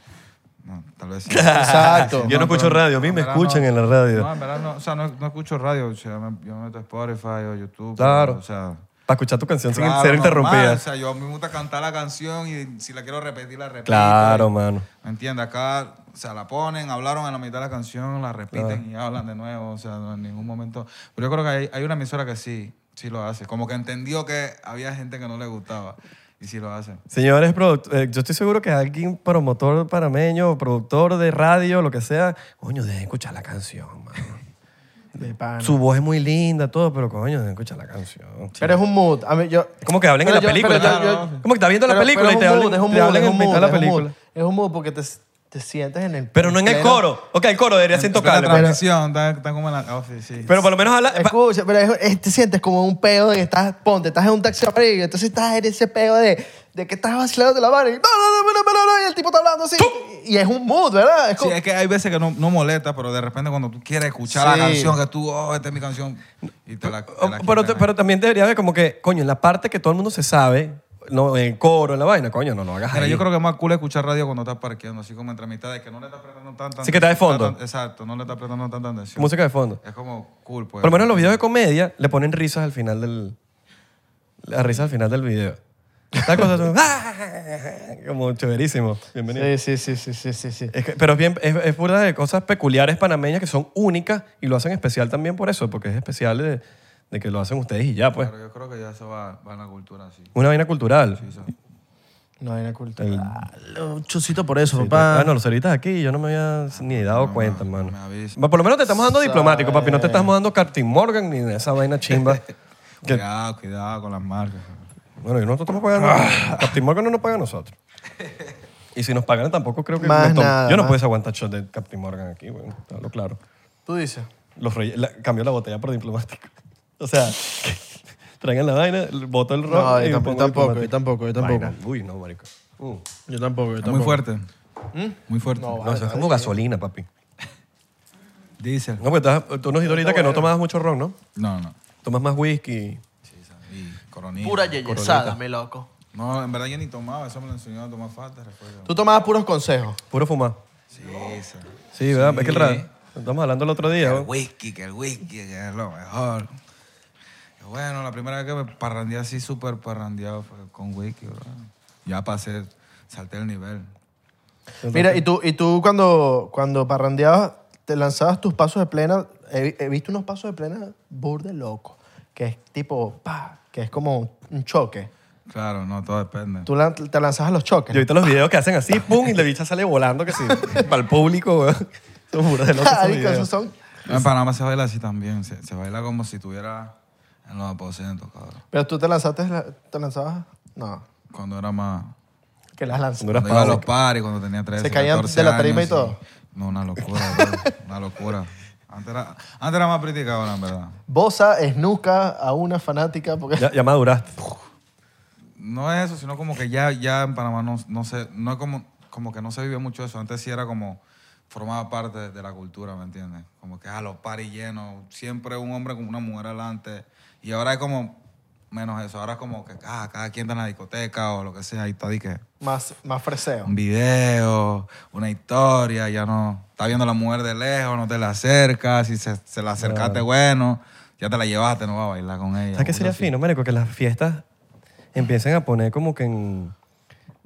No, tal vez sí. Exacto. Yo no escucho pero- radio, a mí no, me en verdad escuchan no. en la radio. No, en verdad no. O sea, no, no escucho radio. o sea, me- yo me meto a Spotify o YouTube. Claro. pero, O sea, Para escuchar tu canción sin claro, ser normal, interrumpida. O sea, yo a mí me gusta cantar la canción y si la quiero repetir, la repito. Claro, Y- mano. ¿Me entiendes? Acá, o sea, la ponen, hablaron en la mitad de la canción, la repiten y hablan de nuevo, o sea, no en ningún momento. Pero yo creo que hay, hay una emisora que sí, sí lo hace. Como que entendió que había gente que no le gustaba y sí lo hace. Señores, product- eh, yo estoy seguro que alguien promotor panameño, productor de radio, lo que sea, coño, dejen escuchar la canción, mano. De pana. Su voz es muy linda, todo, pero coño, dejen escuchar la canción. Pero es un mood. A mí, yo, Es como que hablen en la Pero yo- película. pero ¿no? yo- yo- como que estás viendo la Pero- película pero y te es un hablen, mood, es un te mood, hablen es en un mitad de mood, la es un mood. película. Es un mood porque te, te sientes en el. Pero no en el pleno- coro. Ok, el coro debería ser En plena intocable. Pero, transmisión, están están como en la office, sí. pero por lo menos habla. pa- Escucha, pero es- es- te sientes como un peo de que estás, ponte, estás en un taxi amarillo, entonces estás en ese peo de, de que estás vacilando de la mano y no, no, y el tipo está hablando así. Y es un mood, ¿verdad? Es Sí, como- es que hay veces que no, no molesta, pero de repente cuando tú quieres escuchar la Sí. canción, que tú, oh, esta es mi canción, y te la, te la Oh, Pero, quitan. pero también debería haber como que, coño, en la parte que todo el mundo se sabe, no, en el coro, en la vaina, coño, no lo hagas Mira, ahí. yo creo que es más cool escuchar radio cuando estás parqueando, así como entre mitades, que no le estás prestando tanta Sí, que está de fondo. tanta- exacto, no le estás prestando tanta atención. Música de fondo. Es como cool, pues. Por lo menos en los videos de comedia le ponen risas al final del... Las risas al final del video. Estas cosas son... ¡Ah! como chéverísimo. Bienvenido. Sí, sí, sí, sí, sí, sí, sí. Es que- pero es, bien, es, es burda de cosas peculiares panameñas que son únicas y lo hacen especial también por eso, porque es especial de, de que lo hacen ustedes y ya, pues. Pero yo creo que ya eso va, va en la cultura así. Una vaina cultural. eso. No hay una cultura. El- Un chusito por eso, Sí, papá. Ah, no, los ceritas aquí, yo no me había ni dado cuenta, no hermano. me avisa. Por lo menos te estamos dando diplomático, papi. No te estamos dando Captain Morgan ni de esa vaina chimba. que- Cuidado, cuidado con las marcas. bueno, y nosotros no pagamos. Captain Morgan no nos paga a nosotros. Y si nos pagaran tampoco creo que... Más me tomo- nada, yo no más. puedes aguantar shot de Captain Morgan aquí, bueno, claro, claro. Tú dices. Los rey- la- cambió la botella por diplomático. O sea, traigan la vaina, boto el ron No, yo y tampoco, pongo tampoco, yo diplomático. tampoco, yo tampoco. Vaina. Uy, no, marico. Uh, Yo tampoco, yo Es muy tampoco. fuerte. Muy fuerte. no, eso es como gasolina, papi. Diesel. No, pues estás- tú nos dijiste ahorita que no tomabas mucho ron, ¿no? No, no. Tomas más whisky. Sí, esa- y coronilla. Pura yeyesada, Coronita. mi loco. No, en verdad yo ni tomaba, eso me lo enseñó a tomar falta después. Tú tomabas puros consejos. Puro fumar. Sí, esa. Sí, ¿verdad? Es que el ra- Estamos hablando el otro día. El ¿no? whisky, que el whisky, que es lo mejor. Y Bueno, la primera vez que me parrandeé así, súper parrandeado, fue con whisky, bro. Ya pasé, salté el nivel. Mira, y tú, y tú cuando, cuando parrandeabas, te lanzabas tus pasos de plena. He, he visto unos pasos de plena burde loco. Que es tipo, pa, que es como un choque. Claro, no, todo depende. Tú lan- te lanzabas a los choques. Yo ahorita los videos que hacen así, pum, y la bicha sale volando que sí. Para el público, weón. Son burda de ¿no? locos esos Marico, videos. esos son- En Panamá se baila así también, se, se baila como si estuviera en los aposentos, cabrón. Pero tú te lanzaste, la- te lanzabas. No, Cuando era más... que las lanzas. Honduras cuando iba a Pablo. los paris, cuando tenía 13, Se caían 14 de la tarima y años, todo. No, una locura, bro, una locura. Antes era, antes era más criticado, en verdad. Bosa esnuca a una fanática porque. Ya, ya maduraste. No es eso, sino como que ya, ya en Panamá no, no sé, no es como, como que no se vive mucho eso. Antes sí era como formaba parte de, la cultura, ¿me entiendes? Como que a los paris llenos, siempre un hombre con una mujer adelante. Y ahora es como menos eso. Ahora es como que ah, cada quien está en la discoteca o lo que sea, ahí está di que Más, más freseo. un video, una historia, ya no. Está viendo a la mujer de lejos, no te la acercas, si se, se la acercaste, bueno, ya te la llevaste, no vas a bailar con ¿Sabes ella. qué boludo, sería así. fino, marico? Que las fiestas empiecen a poner como que en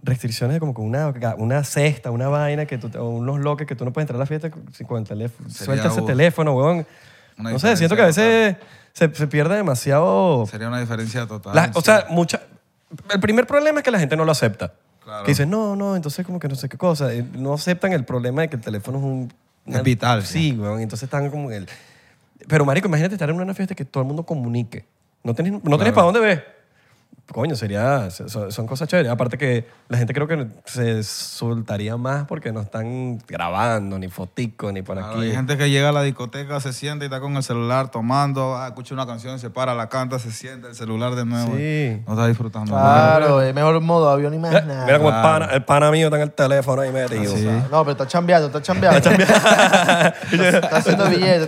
restricciones, como que una, una cesta, una vaina, que tú, te- o unos loques que tú no puedes entrar a la fiesta sin- con el teléfono. Sería Suelta ese uf. teléfono, weón. Una No sé, siento que a veces se, se pierde demasiado... Sería una diferencia total. La- o sí. sea, mucha, el primer problema es que la gente no lo acepta. Claro. Que dicen, no, no, entonces como que no sé qué cosa. Eh, No aceptan el problema de que el teléfono es un... Es vital, Sí, weón. Entonces están como en el... Pero, marico, imagínate estar en una fiesta que todo el mundo comunique. No tenés, no tenés para dónde ver. Coño, sería... so- Son cosas chéveres. Aparte que la gente creo que se soltaría más porque no están grabando ni fotico ni por Claro, aquí. Hay gente que llega a la discoteca, se sienta y está con el celular tomando, ah, escucha una canción, se para, la canta, se sienta, el celular de nuevo. Sí. No está disfrutando. Claro, es mejor modo avión y más Mira, nada. mira como el pana, el pana mío está en el teléfono ahí metido. Ah, Sí. No, pero está chambeando, está chambeando. Está, haciendo billetes. Esta Está haciendo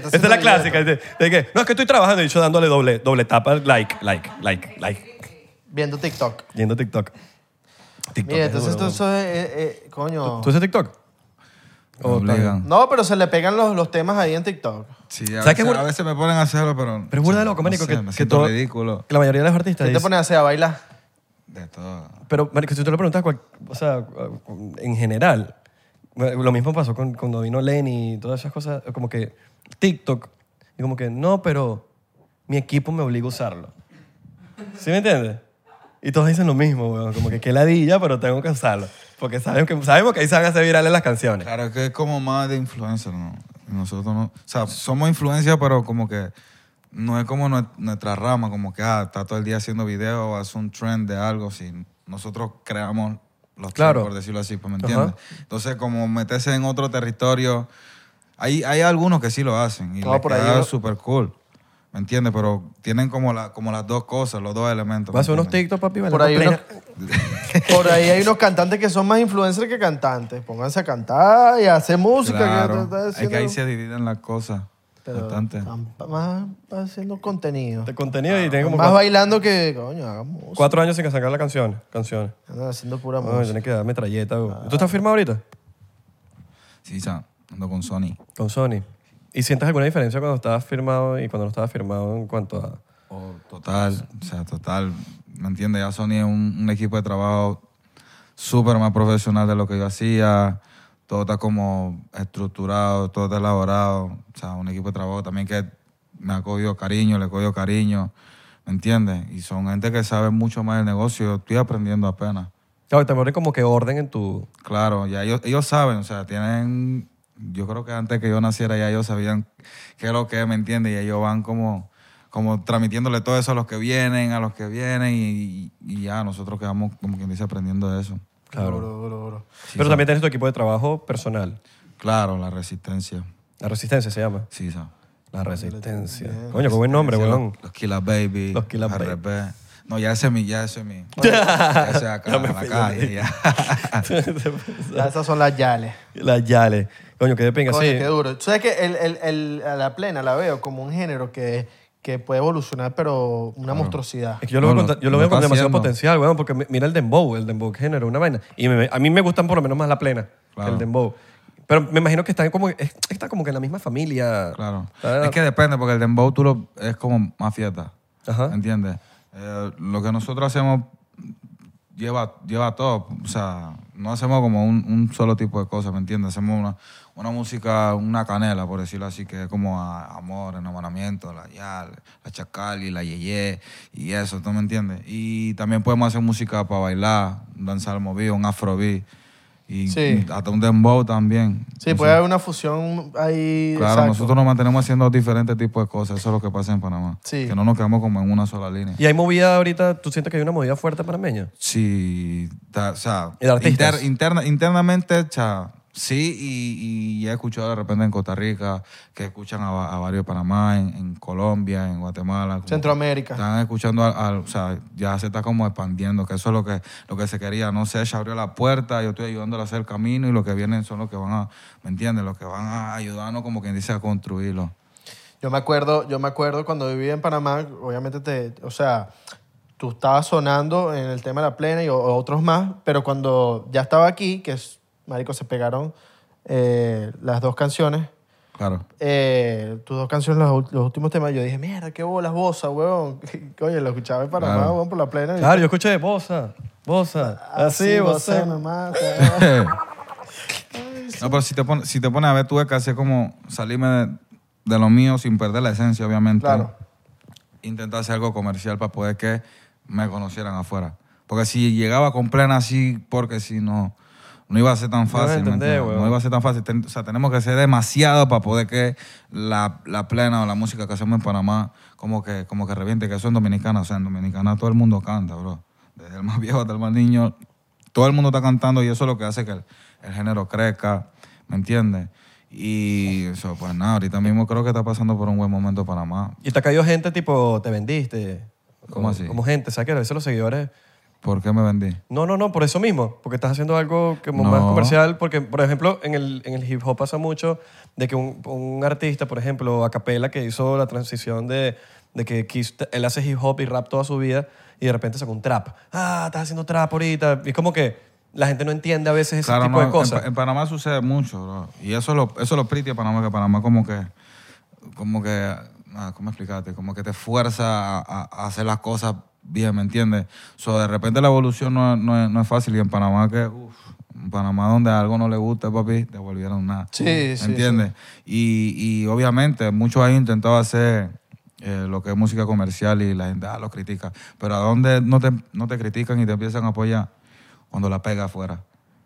es la billetes. clásica. De, de que, no, es que estoy trabajando y yo dándole doble, doble tapa, like, like, like, like. Viendo TikTok. Yendo a TikTok. TikTok. Mira, es entonces duro, esto eso es, eh, eh, coño. weón. ¿Tú haces TikTok? Me obligan. No, pero se le pegan los, los temas ahí en TikTok. Sí, a, ¿Sabes qué veces, es bur- a veces me ponen a hacerlo, pero. Pero es burda de no loco, marico, sé, que- me que siento todo- ridículo. Que la mayoría de los artistas ¿Qué te dicen- pones así a bailar? De todo. Pero, marico, si tú le preguntas, cual- o sea, en general, lo mismo pasó con, cuando vino Lenny y todas esas cosas, como que TikTok, y como que, no, pero mi equipo me obliga a usarlo. ¿Sí me entiendes? Y todos dicen lo mismo, weón, como que qué ladilla, pero tengo que usarlo. Porque sabemos que, sabemos que ahí se van a hacer virales las canciones. Claro, es que es como más de influencer, ¿no? Nosotros no. O sea, somos influencia, pero como que no es como nue- nuestra rama, como que ah, está todo el día haciendo videos o hace un trend de algo. Si nosotros creamos los Claro. trends, por decirlo así, pues, ¿me Ajá. entiendes? Entonces, como meterse en otro territorio. Hay, hay algunos que sí lo hacen y No, les por ahí queda yo- súper cool. ¿Me entiendes? Pero tienen como, la, como las dos cosas, los dos elementos. Vas a hacer ¿me unos entiendes? TikTok, papi, Por bailando ahí uno- plena. Por ahí hay unos cantantes que son más influencers que cantantes. Pónganse a cantar y a hacer música. Que, Claro. está Es que ahí haciendo- se dividen las cosas. pero Bastante. están pa- más haciendo contenido. De contenido y tiene como Más cuatro, bailando que, coño, hagamos música. cuatro años sin sacar la canción. Canciones. Andan haciendo pura Ay, música. tiene que dar metralleta. güey. ¿Tú estás firmado ahorita? Sí, ya. Ando con Sony. Con Sony. ¿Y sientes alguna diferencia cuando estabas firmado y cuando no estabas firmado en cuanto a...? Oh, total, o sea, total. ¿Me entiendes? Ya Sony es un, un equipo de trabajo súper más profesional de lo que yo hacía. Todo está como estructurado, todo está elaborado. O sea, un equipo de trabajo también que me ha cogido cariño, le he cogido cariño. ¿Me entiendes? Y son gente que sabe mucho más del negocio. Yo estoy aprendiendo apenas. Claro, te ponen como que orden en tu... Claro, ya ellos, ellos saben, o sea, tienen. Yo creo que antes que yo naciera ya ellos sabían qué es lo que es, ¿me entiendes? Y ellos van como, como transmitiéndole todo eso a los que vienen, a los que vienen, y, y ya nosotros quedamos, como quien dice, aprendiendo de eso. Claro. Duro, duro, duro. Pero también tienes tu equipo de trabajo personal. Claro, la resistencia. La Resistencia se llama. Sí, ¿sabes? La Resistencia. Coño, qué buen nombre, los, weón. los Killa Baby. Los Killa Baby. RP. No, ya ese es mi, ya ese es mi. ya ese es acá, en la calle, ya. Ya esas son las yales. La Yale. Coño, qué de pinga. Coño, sí. qué duro. Tú sabes que el, el- el- a la plena la veo como un género que, que puede evolucionar, pero una monstruosidad. Es que yo lo veo No, con, lo- yo lo lo veo con está demasiado haciendo. potencial, weón, porque mi- mira el dembow, el dembow género, una vaina. Y me- a mí me gustan por lo menos más la plena que Claro. el dembow. Pero me imagino que están como, es- está como que en la misma familia. Claro. Está- Es que depende, porque el dembow tú lo, es como más fiesta. Ajá. ¿Entiendes? Eh, lo que nosotros hacemos lleva, lleva todo. O sea, no hacemos como un, un solo tipo de cosas, ¿me entiendes? Hacemos una, una música, una canela, por decirlo así, que es como a- amor, enamoramiento, la yal, la chacali, la yeye y eso, ¿tú me entiendes? Y también podemos hacer música para bailar, un danzar movido, un afrobeat y Sí. hasta un dembow también. Sí, puede haber una fusión ahí. Claro, exacto. nosotros nos mantenemos haciendo diferentes tipos de cosas. Eso es lo que pasa en Panamá. Sí. Que no nos quedamos como en una sola línea. Y hay movida ahorita, ¿tú sientes que hay una movida fuerte panameña? Sí, ta- o sea, ¿Y de artistas? interna, internamente, cha, sí, y, y he escuchado de repente en Costa Rica que escuchan a, va- a varios de Panamá, en, en Colombia, en Guatemala. como- Centroamérica. Están escuchando, al, al- o sea, ya se está como expandiendo, que eso es lo que, lo que se quería. No sé, se abrió la puerta, yo estoy ayudándole a hacer el camino y los que vienen son los que van a, ¿me entiendes? Los que van a ayudarnos como quien dice a construirlo. Yo me acuerdo, yo me acuerdo cuando vivía en Panamá, obviamente te, o sea, tú estabas sonando en el tema de la plena y o- otros más, pero cuando ya estaba aquí, que es, marico, se pegaron eh, las dos canciones, Claro. eh, tus dos canciones, los, ul- los últimos temas, yo dije, mierda, qué bolas, bosa, huevón. Coño, lo escuchaba en Panamá, Claro. huevón, por la plena. y- Claro, yo escuché de Bosa, Bosa, así, bosa, Bosa. mamá. No, pero si te pones si te pones a ver, tuve que hacer como salirme de, de lo mío sin perder la esencia, obviamente. Claro. Intentar hacer algo comercial para poder que me conocieran afuera. Porque si llegaba con plena así, porque si no, no iba a ser tan iba a fácil. ¿me entender, entiendes? weón. no iba a ser tan fácil. Ten- o sea, tenemos que ser demasiado para poder que la, la plena o la música que hacemos en Panamá como que, como que reviente, que eso en Dominicana. O sea, en Dominicana todo el mundo canta, bro. Desde el más viejo hasta el más niño, todo el mundo está cantando y eso es lo que hace que el, el género crezca, ¿me entiendes? Y eso, pues nada, ahorita mismo creo que está pasando por un buen momento Panamá. Y te ha caído gente tipo, te vendiste. ¿Cómo Como- así? Como gente, ¿sabes que a veces los seguidores... ¿Por qué me vendí? No, no, no, por eso mismo, porque estás haciendo algo como No. más comercial, porque, por ejemplo, en el, en el hip hop pasa mucho de que un, un artista, por ejemplo, a capela que hizo la transición de, de que quis- él hace hip hop y rap toda su vida y de repente sacó un trap. Ah, estás haciendo trap ahorita. Y es como que la gente no entiende a veces ese tipo no, de en cosas. Pa- En, Panamá sucede mucho, bro. Y eso es lo, eso es lo pretty de Panamá, que Panamá como que, como que, ah, ¿cómo explicarte? Como que te fuerza a, a- a hacer las cosas bien, ¿me entiendes? So, de repente la evolución no, es- no es, no es fácil y en Panamá que, uff, en Panamá donde algo no le gusta, papi, te volvieron nada. Sí, ¿Me sí, entiendes? Y, y obviamente muchos han intentado hacer eh, lo que es música comercial y la gente ah, lo critica. Pero ¿a dónde no te, no te critican y te empiezan a apoyar? Cuando la pega afuera.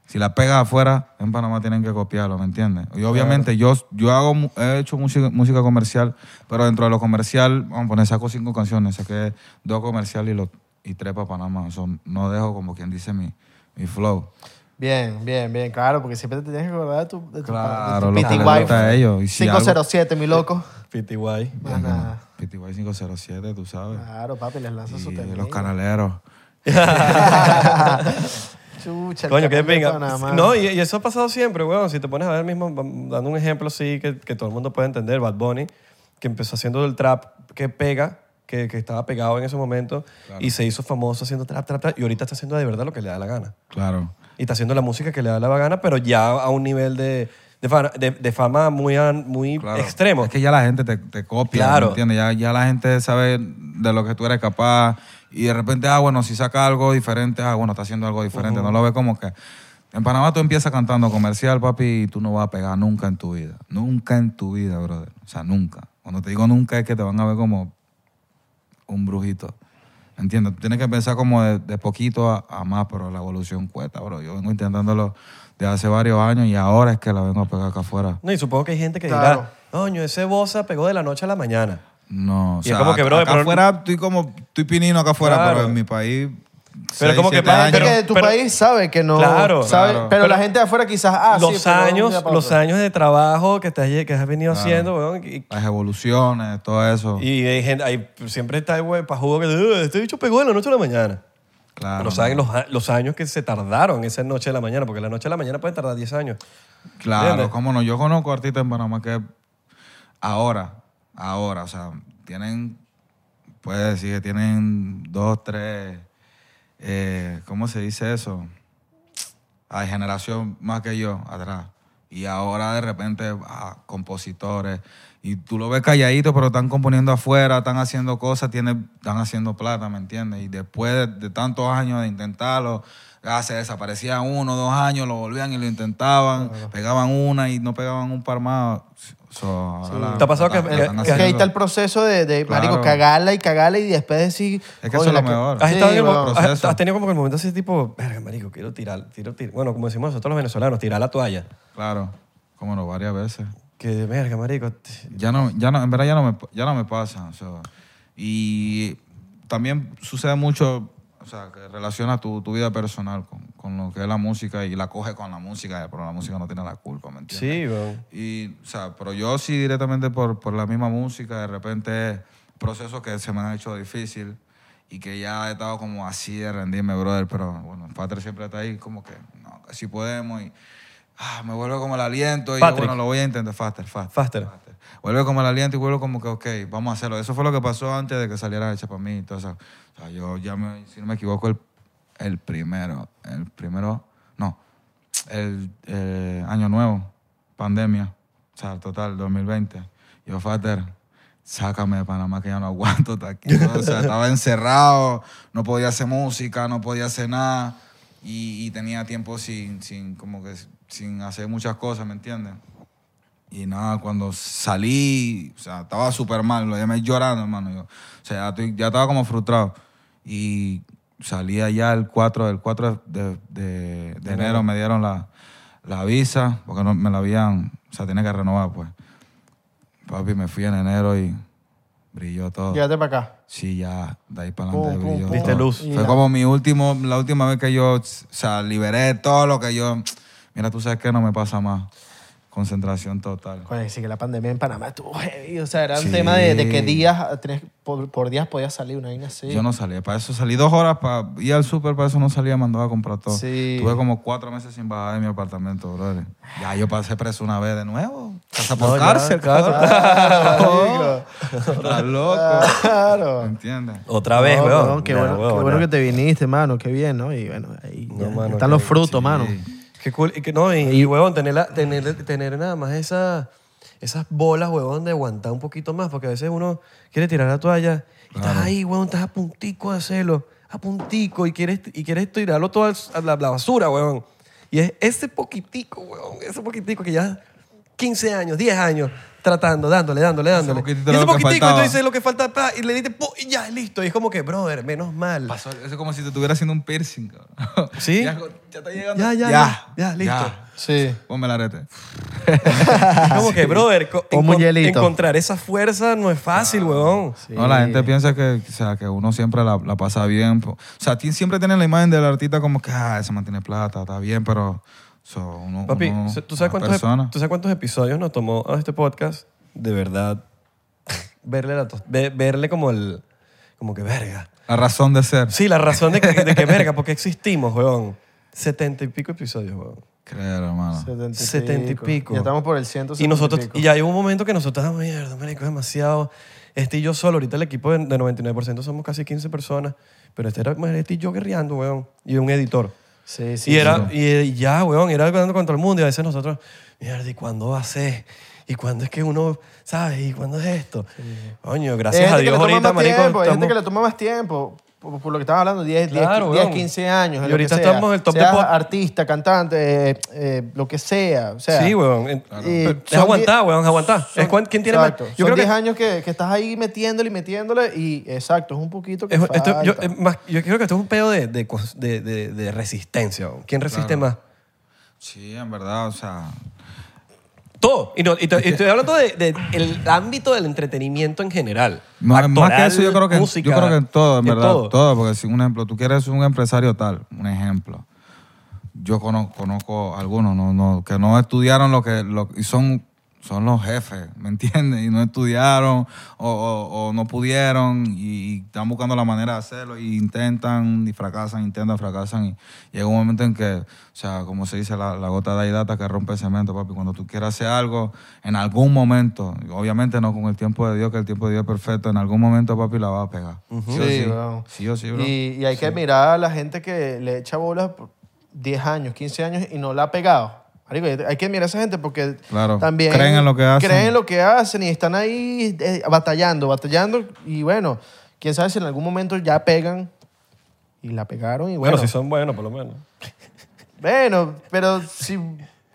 Si la pega afuera, en Panamá tienen que copiarlo, ¿me entiendes? Y obviamente yo, yo hago, mu- he hecho música, música comercial, pero dentro de lo comercial, vamos a poner, saco cinco canciones, saqué dos comerciales y, lo, y tres para Panamá. O sea, no dejo como quien dice mi, mi flow. Bien, bien, bien, claro, porque siempre te tienes que acordar de tu, de tu, Claro, de lo tu que Pity le Wife. gusta a ellos, y si algo- 507, mi loco. PTY. Más nada. PTY 507, tú sabes. Ah, Claro, papi, les lanza su y temita. los canaleros. Chucha, el Coño, qué canal de pinga. Panamá. No, y, y eso ha pasado siempre, weón. Si te pones a ver mismo, vam- dando un ejemplo así que, que todo el mundo puede entender, Bad Bunny, que empezó haciendo el trap que pega, que, que estaba pegado en ese momento, y se hizo famoso haciendo trap, trap, trap, y ahorita está haciendo de verdad lo que le da la gana. Claro. Y está haciendo la música que le da la gana, pero ya a un nivel de, de, fa- de- de fama muy, an- muy Claro. extremo. Es que ya la gente te, te copia, Claro. ¿me ¿entiendes? Ya, ya la gente sabe de lo que tú eres capaz y de repente, ah, bueno, si saca algo diferente, ah, bueno, está haciendo algo diferente. No lo ve como que... En Panamá tú empiezas cantando comercial, papi, y tú no vas a pegar nunca en tu vida. Nunca en tu vida, brother. O sea, nunca. Cuando te digo nunca es que te van a ver como un brujito. ¿Entiendes? Tú tienes que pensar como de, de poquito a, a más, pero la evolución cuesta, bro. Yo vengo intentándolo desde hace varios años y ahora es que la vengo a pegar acá afuera. No, y supongo que hay gente que Claro. dirá, coño, ese Bosa pegó de la noche a la mañana. No, o Y es como que, bro, acá pero- afuera estoy como, estoy pinino acá afuera, Claro. pero en mi país... Pero seis, como que siete pasa La gente Pero- que de tu pero- país sabe que no. Claro. sabe- Claro. Pero, la Pero- gente de afuera quizás. Ah, sí, los pero de un años, día para los otro. años de trabajo que, te has, lle- que has venido haciendo, weón, y, Las evoluciones, todo eso. y hay gente, hay- siempre está el güey pajudo que "Ugh, este bicho pegó de la noche a la mañana. claro. no saben los, a- los años que se tardaron esa noche de la mañana, porque la noche de la mañana puede tardar 10 años. Claro, ¿Entiendes? cómo no. Yo conozco artistas en Panamá que ahora, ahora, o sea, tienen, puedes decir que tienen dos, tres, eh, ¿cómo se dice eso? Hay generación más que yo atrás. Y ahora de repente, ah, compositores. Y tú lo ves calladito, pero están componiendo afuera, están haciendo cosas, tienen, están haciendo plata, ¿me entiendes? Y después de, de tantos años de intentarlo, ah, se desaparecía uno, dos años, lo volvían y lo intentaban, pegaban una y no pegaban un par más. So, ahora la- ¿Te ha pasado que- la- que- la están que Es que ahí haciendo. está el proceso de, de Claro. marico, cagala y cagala y después decir. Es que eso "Coño, es lo la mejor. ¿Has, Sí, estado en el mo- weón. bueno. has- Proceso. has tenido como que el momento así tipo, verga, marico, quiero tirar, quiero tirar. Bueno, como decimos nosotros los venezolanos, tirar la toalla. Claro, cómo no, varias veces. Que, verga, marico. t- ya no, ya no, en verdad ya no me, ya no me pasa. o sea, y también sucede mucho, o sea, que relaciona tu, tu vida personal con, con lo que es la música y la coge con la música, pero la música no tiene la culpa, ¿me entiendes? Sí, weón. Y, o sea, pero yo sí directamente por, por la misma música, de repente procesos que se me han hecho difícil y que ya he estado como así de rendirme, brother, pero bueno, Patrick siempre está ahí como que, no, si podemos y ah, me vuelve como el aliento y yo, Patrick. bueno, lo voy a intentar, faster, faster. Faster. Vuelve como el aliento y vuelvo como que, ok, vamos a hacerlo. Eso fue lo que pasó antes de que saliera hecha para mí. Entonces, o sea, yo ya, me, si no me equivoco, el, el primero, el primero, no, el eh, año nuevo, pandemia, o sea, total, 2020. Yo, Fater, sácame de Panamá que ya no aguanto estar aquí. ¿no? O sea, estaba encerrado, no podía hacer música, no podía hacer nada y, y tenía tiempo sin, sin, como que, sin hacer muchas cosas, ¿me entiendes? Y nada, cuando salí, o sea, estaba súper mal, lo llamé llorando, hermano. Yo, o sea, ya, estoy- ya estaba como frustrado. Y salí allá el 4, el 4 de, de- de enero, me dieron la, la visa, porque no me la habían, o sea, tenía que renovar, pues. Papi, me fui en enero y brilló todo. Llévate para acá. Sí, ya, de ahí para Pum, adelante pum, brilló pum. Viste todo. luz. Fue como mi último, la última vez que yo, o sea, liberé todo lo que yo. Mira, tú sabes que no me pasa más. Concentración total. Coño, sí que la pandemia en Panamá estuvo heavy. O sea, era un Sí. tema de, de que días, tenías- por, por días podías salir una vaina así. Yo no salía. Para eso salí dos horas para ir al súper, para eso no salía, mandaba a comprar todo. Sí. Tuve como cuatro meses sin bajar de mi apartamento, brother. Ya yo pasé preso una vez de nuevo. Casa por No, ya, cárcel, claro. cabrón. Estás loco. Claro. ¿Entiendes? Otra vez, No, weón. weón, qué No, bueno, weón, qué bueno no. que te viniste, mano. Qué bien, ¿no? Y bueno, ahí No, ya mano, están qué- los frutos, mano. Qué cool. Y, que, no, y, y, huevón, tener, la- tener, tener nada más esa, esas bolas, huevón, de aguantar un poquito más, porque a veces uno quiere tirar la toalla y estás ahí, huevón, estás a puntico de hacerlo, a puntico, y quieres, y quieres tirarlo todo al- a la, la basura, huevón. Y es ese poquitico, huevón, ese poquitico que ya 15 años, 10 años tratando, dándole, dándole, dándole. poquitito y era ese lo que poquitico, faltaba. entonces lo que falta, pa, y le diste, po, y ya, listo. Y es como que, brother, menos mal. Pasó- eso es como si te estuviera haciendo un piercing, cabrón. ¿Sí? Ya, ya está llegando. Ya, ya, ya, ya, ya, listo. Sí. Ponme el arete. Es como que, brother, co- Como un encon- hielito. encontrar esa fuerza no es fácil, huevón. No, la gente piensa que, o sea, que uno siempre la, la pasa bien. po- O sea, ti- siempre tienen la imagen del artista como que, ah, ese mantiene plata, está bien, pero so, uno, Papi, uno- ¿tú sabes, una cuántos, persona. tú sabes cuántos episodios nos tomó a este podcast? De verdad, verle, la tos- ve- verle como el... Como que, verga. La razón de ser. Sí, la razón de que, de que verga, porque existimos, weón. Setenta y pico episodios, weón. Créelo, hermano. 70 y pico. Ya estamos por el 170 Y nosotros, pico. y ya hay un momento que nosotros estábamos, mierda, marico, es demasiado. Este y yo solo, ahorita el equipo de, de 99% somos casi 15 personas, pero este era bueno, este y yo guerreando, weón, y un editor. Sí, sí. y era, y eh, ya, weón, era ganando contra el mundo, y a veces nosotros, mierda, ¿y cuándo va a ser? ¿Y cuándo es que uno, sabes? ¿Y cuándo es esto? Coño, Hay gracias a gente que Dios le toma ahorita, más marico. tiempo, Hay gente que estamos- le toma más tiempo. Por, por lo que estabas hablando, 10, 10, Claro, 10, weón. 15 años. Y lo ahorita que sea. estamos en el top de Seas pop. artista, cantante, eh, eh, lo que sea. O sea sí, weón. en- y pero Es son aguantar, die- weón, es aguantar. Es cuan- ¿Quién tiene más? Exacto. Yo Son creo que 10 años que, que estás ahí metiéndole y metiéndole y exacto, es un poquito que Es- falta. esto- yo, eh, es más- yo creo que esto es un pedo de, de cos- de- de- de resistencia. weón. ¿Quién resiste más? Sí, en verdad, o sea. Todo. Y, no, y te- y estoy hablando del de, el ámbito del entretenimiento en general. No, más que Actoral, eso, yo creo que, en- música, yo creo que en todo, en, verdad. todo. Todo. porque si un ejemplo, tú quieres un empresario tal, un ejemplo. Yo conozco, conozco algunos no, no, que no estudiaron lo que. Lo, y son, son los jefes, ¿me entiendes? Y no estudiaron o, o- o no pudieron y, y están buscando la manera de hacerlo y intentan y fracasan, intentan, fracasan. Y llega un momento en que, o sea, como se dice, la, la gota de data que rompe el cemento, papi. Cuando tú quieras hacer algo, en algún momento, obviamente no con el tiempo de Dios, que el tiempo de Dios es perfecto, en algún momento, papi, la va a pegar. o Sí, sí. weón. Sí o sí, bro. Y, y hay que mirar a la gente que le echa bolas por 10 años, 15 años y no la ha pegado. Marico, hay que mirar a esa gente porque Claro, también creen en lo que hacen. creen en lo que hacen y están ahí eh, batallando, batallando y bueno, quién sabe si en algún momento ya pegan y la pegaron y Bueno, bueno. si son buenos, por lo menos. Bueno, pero si...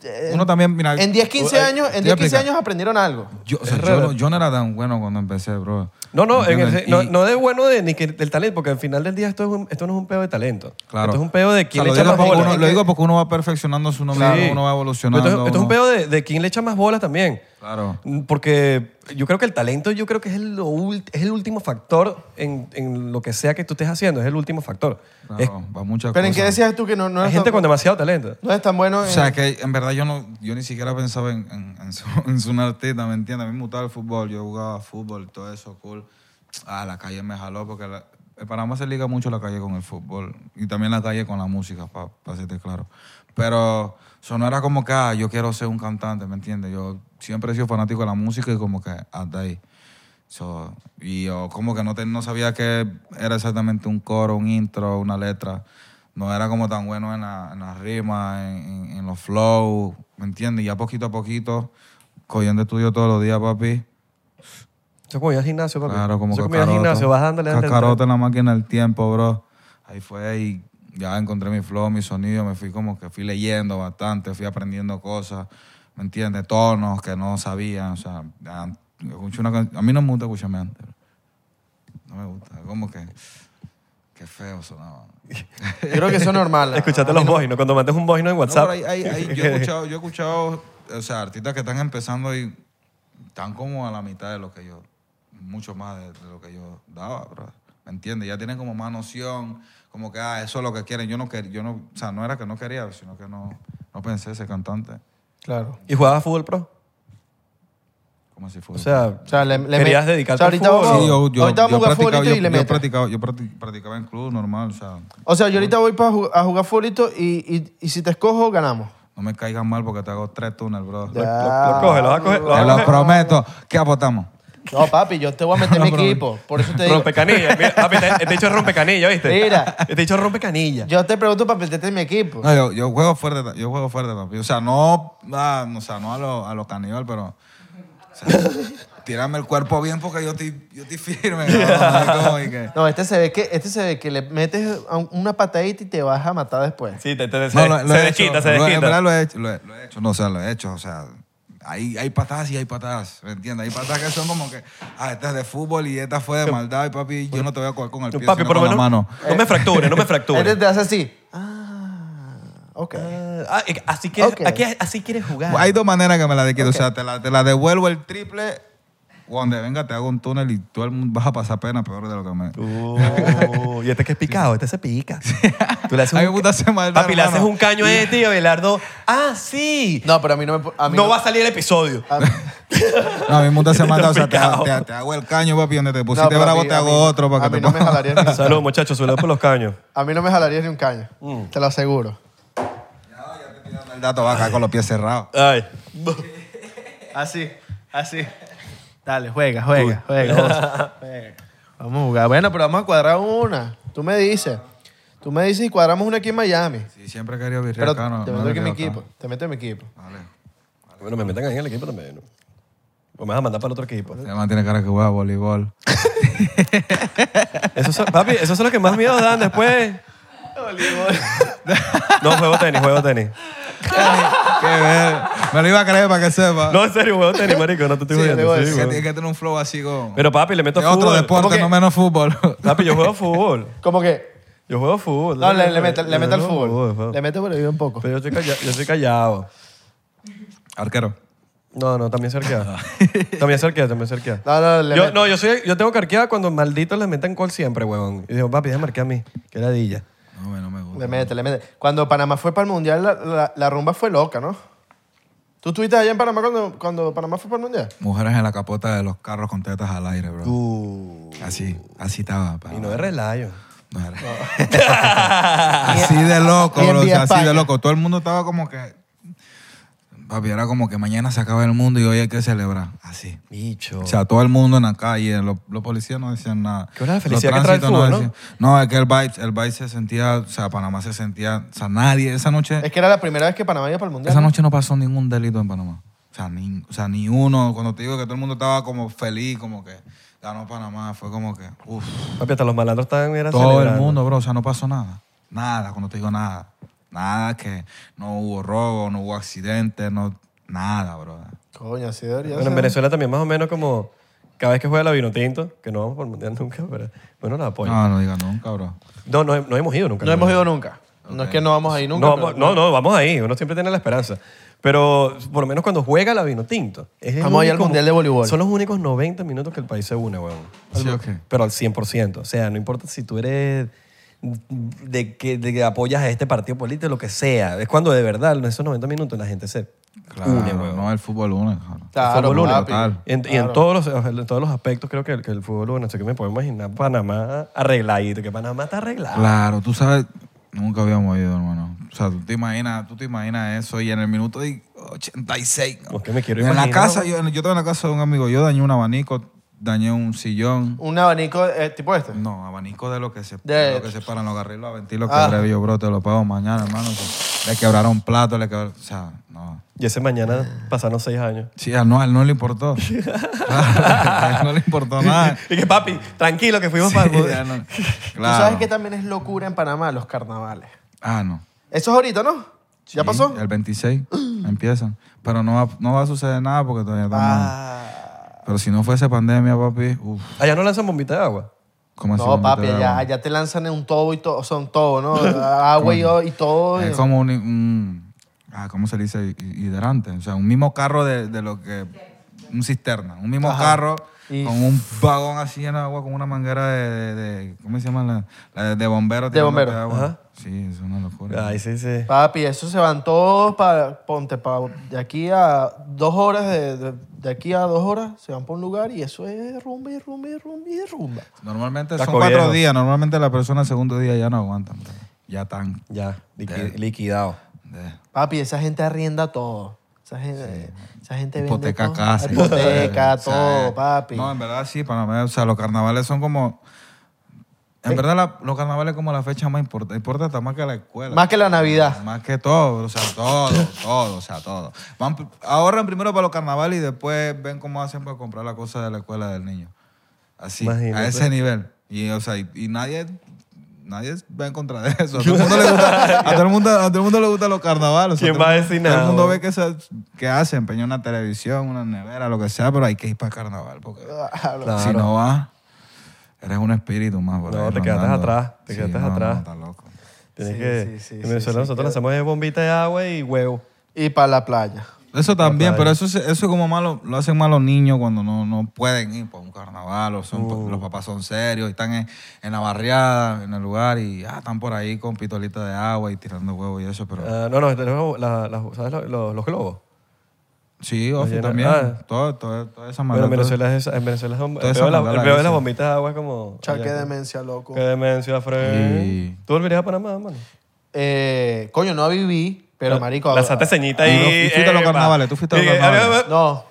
eh, Uno también, mira. eh, En 10, 15 años, en te voy 10, a 15 explicar. años aprendieron algo. Yo, o sea, yo, no, yo no era tan bueno cuando empecé, bro. No, no, en el- ¿Entiendes? no, Y- no de bueno de, ni que del talento, porque al final del día esto, es un- esto no es un pedo de talento. Claro. Esto es un pedo de quién O sea, le echa lo más digo porque bolas. uno- Lo digo porque uno va perfeccionando su nombre, Sí. uno va evolucionando. Esto, es- esto es un uno- pedo de, de quién le echa más bolas también. Claro. Porque yo creo que el talento yo creo que es el, lo ul- es el último factor en, en lo que sea que tú estés haciendo. Es el último factor. Claro, Es- va muchas Pero ¿en cosas. qué decías tú que no, no hay eres gente tan, con demasiado talento. no eres tan bueno en, O sea, que en verdad yo no yo ni siquiera pensaba en, en, en, su- en ser un artista, ¿me entiendes? A mí me gustaba el fútbol, yo jugaba fútbol, todo eso, cool. Ah, la calle me jaló porque la- en Panamá se liga mucho la calle con el fútbol y también la calle con la música, para hacerte claro. Pero eso no era como que ah, yo quiero ser un cantante, ¿me entiendes? Yo siempre he sido fanático de la música y como que hasta ahí. So, y yo como que no, te- no sabía que era exactamente un coro, un intro, una letra. No era como tan bueno en la- en las rimas, en, en- en los flows, ¿me entiendes? Y ya poquito a poquito, cogiendo estudio todos los días, papi. Eso es como ir al gimnasio, papi. Claro, como Eso es como ir al cacaroto. gimnasio, vas dándole antes del Cacaroto en la máquina del tiempo, bro. Ahí fue y ya encontré mi flow, mi sonido. Me fui como que fui leyendo bastante, fui aprendiendo cosas, ¿me entiendes? Tonos que no sabía. O sea, ah, escuché una can- a mí no me gusta escucharme antes. bro. No me gusta. Como que... Qué feo sonaba. Yo creo que eso es normal. tren. Escuchate los bojinos. Cuando mandes un bojino en No, WhatsApp. pero ahí- ahí- ahí yo, he escuchado, yo he escuchado, o sea, artistas que están empezando y están como a la mitad de lo que yo, mucho más de, de lo que yo daba, bro. ¿Me entiendes? Ya tienen como más noción, como que, ah, eso es lo que quieren. Yo no quería, yo no, o sea, no era que no quería, sino que no, no pensé ese cantante Claro. ¿Y jugabas fútbol pro? como si fuera. O sea, O sea, le, le Querías met- dedicarte o sea, al ahorita fútbol. vamos- Sí, yo, ahorita yo, yo vamos a jugar practicaba, futbolito yo, y le yo metes. practicaba, yo practi- practicaba en club normal, o sea, O sea, yo ahorita voy para a jugar futbolito y, y, y si te escojo, ganamos. no me caigan mal porque te hago tres túneles, bro. lo, Te lo- lo coge, lo vas a coger. Lo vas a lo coger. prometo. ¿Qué apostamos? No, papi, yo te voy a meter mi equipo. Por eso te digo. Rompecanilla. Mira, papi, te, te he dicho rompecanilla, ¿viste? Mira. Te he dicho rompecanilla. Yo te pregunto para meterte en mi equipo. No, yo, yo juego fuerte, ta- yo juego fuerte, papi. O sea, no, ah, o sea, no a lo, a lo caníbal, pero. o sea, tírame el cuerpo bien porque yo estoy, yo estoy firme. cabrón, como y que- No, este se ve que, este se ve que le metes a un- una patadita y te vas a matar después. Sí, te, te- No, se, lo- lo se he desquita, hecho. se Lo- desquita. En verdad lo he hecho, lo he, lo he hecho. No, o sea, lo he hecho, o sea. Hay, hay patadas y hay patadas, ¿me entiendes? Hay patadas que son como que, ah, esta es de fútbol y esta fue de maldad y papi, yo no te voy a coger con el pie, papi, sino por lo con la menos. mano. No me fracture, no me Este fracture. te hace así. Ah, ok. Ah, así, quieres, Ok. aquí- así quieres jugar. Hay dos maneras que me la desquito, o sea, te la, te la devuelvo el triple o donde venga te hago un túnel y todo el mundo vas a pasar pena peor de lo que me... Oh, y este que es picado, este se pica. Tú le haces A mí un, me gusta hacer maldad, Papi, le hermano. haces un caño a este y Abelardo. Ah, sí. No, pero a mí no me... A mí no, va a salir el episodio. No, a mí me gusta hacer maldad. O sea, te, Picado. te- te hago el caño, papi. Donde te no, pusiste pero a bravo, mí- te a hago mí- otro. Para a que mí te no me pongas- jalarías ni- Saludos, muchachos. Saludos por los caños. A mí no me jalarías ni un caño. Mm. Te lo aseguro. El dato va acá con los pies cerrados. Ay. Así, así. Dale, juega, juega, juega. Vamos a jugar. Bueno, pero vamos a cuadrar una. Tú me dices. Tú me dices y cuadramos una aquí en Miami. Sí, siempre he querido vivir Pero acá. No, te no meto le Ah. aquí en mi quedo acá. equipo. Te meto en mi equipo. Vale. Bueno, me metan ahí en el equipo también. O me vas a mandar para el otro equipo. Este man tiene cara que juega a voleibol. Eso son- papi, esos son los que más miedo dan después. No, juego tenis, juego tenis. Qué ver. Me lo iba a creer para que sepa. No, en serio, juego tenis, marico. No te estoy Sí, jodiendo. digo, pues, sí, es que weón. tiene que tener un flow así como... Pero papi, le meto de otro fútbol. deporte, que- no menos fútbol. Papi, yo juego fútbol. Como que. Yo juego fútbol. No, le, le mete, le Yo mete al juego fútbol. fútbol. Le mete por ahí un poco. Pero yo estoy callado. Yo estoy callado. Arquero. No, no, también cerqueada. también cerqueada, también cerqueada. No, no, le yo, meto. no, yo, soy, yo tengo carqueada cuando malditos les meten gol siempre, huevón. Y digo, papi, déjame marquear a mí, que ladilla. No, me- no me gusta. Le mete, le mete. Cuando Panamá fue para el mundial, la, la- la rumba fue loca, ¿no? ¿Tú estuviste allá en Panamá cuando, cuando Panamá fue para el mundial? Mujeres en la capota de los carros con tetas al aire, bro. Uh, Así, así estaba. pa. y no es relayo. No era. así de loco, Bien bro. o sea, vía así España. de loco. Todo el mundo estaba como que... Papi, era como que mañana se acaba el mundo y hoy hay que celebrar. Así. Bicho. O sea, todo el mundo en la calle, los, los policías no decían nada. Qué buena Los felicidad que trae el tránsitos fútbol, decían- No, es que el vibe, el vibe se sentía, o sea, Panamá se sentía, o sea, nadie, esa noche, Es que era la primera vez que Panamá iba para el mundial. Eh. esa ¿no? noche no pasó ningún delito en Panamá. O sea, ni, o sea, ni uno, cuando te digo que todo el mundo estaba como feliz, como que ganó Panamá, fue como que, uff, Papi, hasta los malandros estaban era todo el celebrando. mundo, bro, o sea, no pasó nada. Nada, cuando te digo nada. Nada que no hubo robo, no hubo accidente, no, nada, bro. Coño, así debería Bueno, en ser. Venezuela también más o menos como cada vez que juega la Vinotinto, que no vamos por el Mundial nunca, pero bueno, la apoyo. No, no digas nunca, bro. No, no, he- no hemos ido nunca. Ah. No hemos ido nunca. No es que no vamos ahí nunca. No, pero- vamos- no, no, vamos ahí. Uno siempre tiene la esperanza. Pero por lo menos cuando juega la Vinotinto. Es el Vamos a ir al único- Mundial de Voleibol. Son los únicos 90 minutos que el país se une, weón. Sí, ok. Pero al 100%. O sea, no importa si tú eres de que, de que apoyas a este partido político, lo que sea. Es cuando de verdad, en esos 90 minutos, la gente se Claro, une, weón. no, el fútbol une, claro. Claro, fútbol une, papi. total. En- Y en todos, los, en todos los aspectos creo que el, que el fútbol, bueno, sé que me puedo imaginar Panamá arregladito, que Panamá está arreglado. Claro, tú sabes, nunca habíamos ido, hermano. O sea, tú te imaginas, tú te imaginas eso y en el minuto de 86. ¿no? Pues que me quiero en imaginar, la casa, ¿no? yo, yo estaba en la casa de un amigo, yo dañé un abanico, dañé un sillón. Un abanico eh, tipo este. No, abanico de lo que se, De- de lo que se paran los carriles, a ventilos que Ah. breve, yo, bro, te lo pago mañana, hermano. O sea, le quebraron plato, le quebraron. O sea, no. Y ese mañana pasaron seis años. Sí, a no, a él no le importó. a él no le importó nada. Y que papi, tranquilo que fuimos Sí, para a él no- Tú sabes Claro. que también es locura en Panamá los carnavales. Ah, no. Eso es ahorita, ¿no? ¿Ya Sí, pasó? El 26 empiezan. Pero no va, no va a suceder nada porque Ah. todavía estamos. Pero si no fuese pandemia, papi, uff. Allá no lanzan bombita de agua. ¿cómo así No, bombita papi, de allá, agua? allá te lanzan en un todo y todo, son todo, ¿no? Agua y, y todo. y- Es como un, un- ah, ¿cómo se le dice? Hi- Hidrante. O sea, un mismo carro de, de lo que. Un cisterna. Un mismo carro Y- con un vagón así en agua, con una manguera de. de- de- ¿Cómo se llama? La, la de, de bomberos. De bomberos, tirándote agua. ajá. Sí, es una locura. Ay, sí, sí. Papi, eso se van todos para, ponte, pa, de aquí a dos horas, de, de- de aquí a dos horas, se van para un lugar y eso es rumba y rumba y rumba y rumba. Normalmente Taco son cuatro viejo. días. Normalmente la persona el segundo día ya no aguanta. hombre. Ya están. eh. Ya, liqui- liquidado. de- Papi, esa gente arrienda todo. Esa gente, esa gente vende Hipoteca todo. casa. Hipoteca, O sea, todo, eh, papi. No, en verdad sí, para mí, o sea, los carnavales son como... En verdad la- los carnavales como la fecha más importante, importa hasta más que la escuela. Más que la Navidad. Más que todo, o sea, todo, todo, o sea, todo. Van, pr- ahorran primero para los carnavales y después ven cómo hacen para comprar la cosa de la escuela del niño. Así, Imagínate. a ese nivel. Y, o sea, y, y nadie... Nadie va en contra de eso. A todo, el mundo le gusta, a, todo el mundo, a todo el mundo le gustan los carnavales. o sea, ¿Quién todo el va a mundo- decir Todo nada, el mundo bro? ve que, se, que hacen, peña una televisión, una nevera, lo que sea, pero hay que ir para carnaval. Porque ah, Claro. si no vas, eres un espíritu más. por No, ahí te quedaste rondando. atrás, te quedaste no, no, atrás. está loco. Tienes Sí, que, sí, sí, en sí, Venezuela sí, nosotros lanzamos es bombita de agua y huevo. Y para la playa. Eso también, pero eso, se- eso como malo, lo hacen mal los niños cuando no, no pueden ir para un carnaval o son, Oh. los papás son serios y están en, en la barriada, en el lugar y ah, están por ahí con pistolita de agua y tirando huevos y eso, pero Ah, no, no, tenemos la- las- ¿sabes lo- los, los globos? sí, ofi, llena- también, ah. todo, todo, toda esa Bueno, maldad. en Venezuela es, en Venezuela es un- el Toda esa peor de la- maldad el la peor de dicen. las bombitas de agua es como... Chao, qué allá. demencia, loco. Qué demencia, Fred. Y- ¿Tú volverías a Panamá, mano? Eh, coño, no viví, pero marico. La ahora- santa ceñita Y ahí. ah, no- y fuiste a los epa. carnavales, tú fuiste a los Y que- carnavales. No,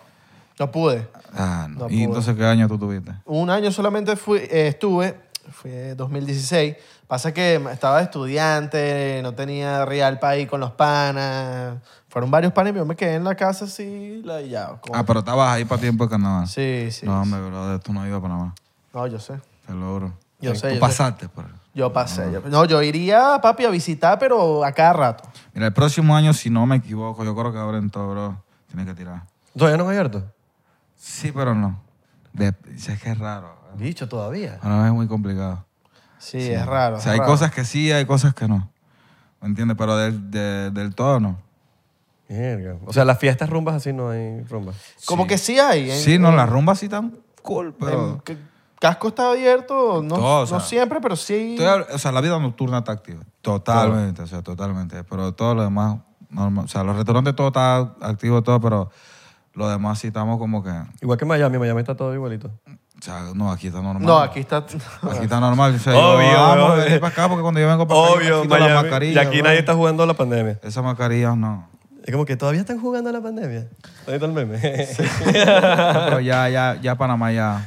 no pude. Ah, no. No ¿Y pude. entonces qué año tú tuviste? Un año solamente fui, eh, estuve, fue 2016. Pasa que estaba estudiante, no tenía real para ir con los panas. Fueron varios panes y yo me quedé en la casa así, ladillado. como- Ah, pero estabas ahí para tiempo de carnaval. Sí, sí. No, hombre, brother, tú no ibas a Panamá, No, yo sé. te lo juro. Yo sé, Tú yo sé. pasaste por Yo pasé. yo- no, yo iría, papi, a visitar, pero a cada rato. Mira, el próximo año, si no me equivoco, yo creo que abren todo, bro. Tienes que tirar. ¿Todavía no es abierto? Sí, pero no. De, es que es raro. Bicho, todavía. Ahora es muy complicado. Sí, es raro. O es sea, hay raro. cosas que sí, hay cosas que no. ¿Me entiendes? Pero del, de- del todo no. Mierda. O sea, las fiestas rumbas así no hay rumbas. Como Sí. que sí hay. en- Sí, no, las rumbas sí están cool, en- pero... que- casco está abierto, no, Todo, o sea, no siempre, pero sí. Estoy hab- o sea, la vida nocturna está activa. Totalmente, o sea, totalmente. Pero todo lo demás, normal. O sea, los restaurantes todo está activo, todo, pero lo demás sí estamos como que... O Igual que en Miami, en Miami está todo igualito. sea, no, aquí está normal. No, aquí está. Aquí está normal. O sea, Obvio, yo, "Ah, vamos a obvio. venir para acá porque cuando yo vengo para acá, yo me Obvio, quito la Miami. Y mascarilla. aquí bro. nadie está jugando a la pandemia. Esas mascarillas no. Es como que todavía están jugando a la pandemia. Ahí está el meme. Pero ya, ya, ya Panamá ya,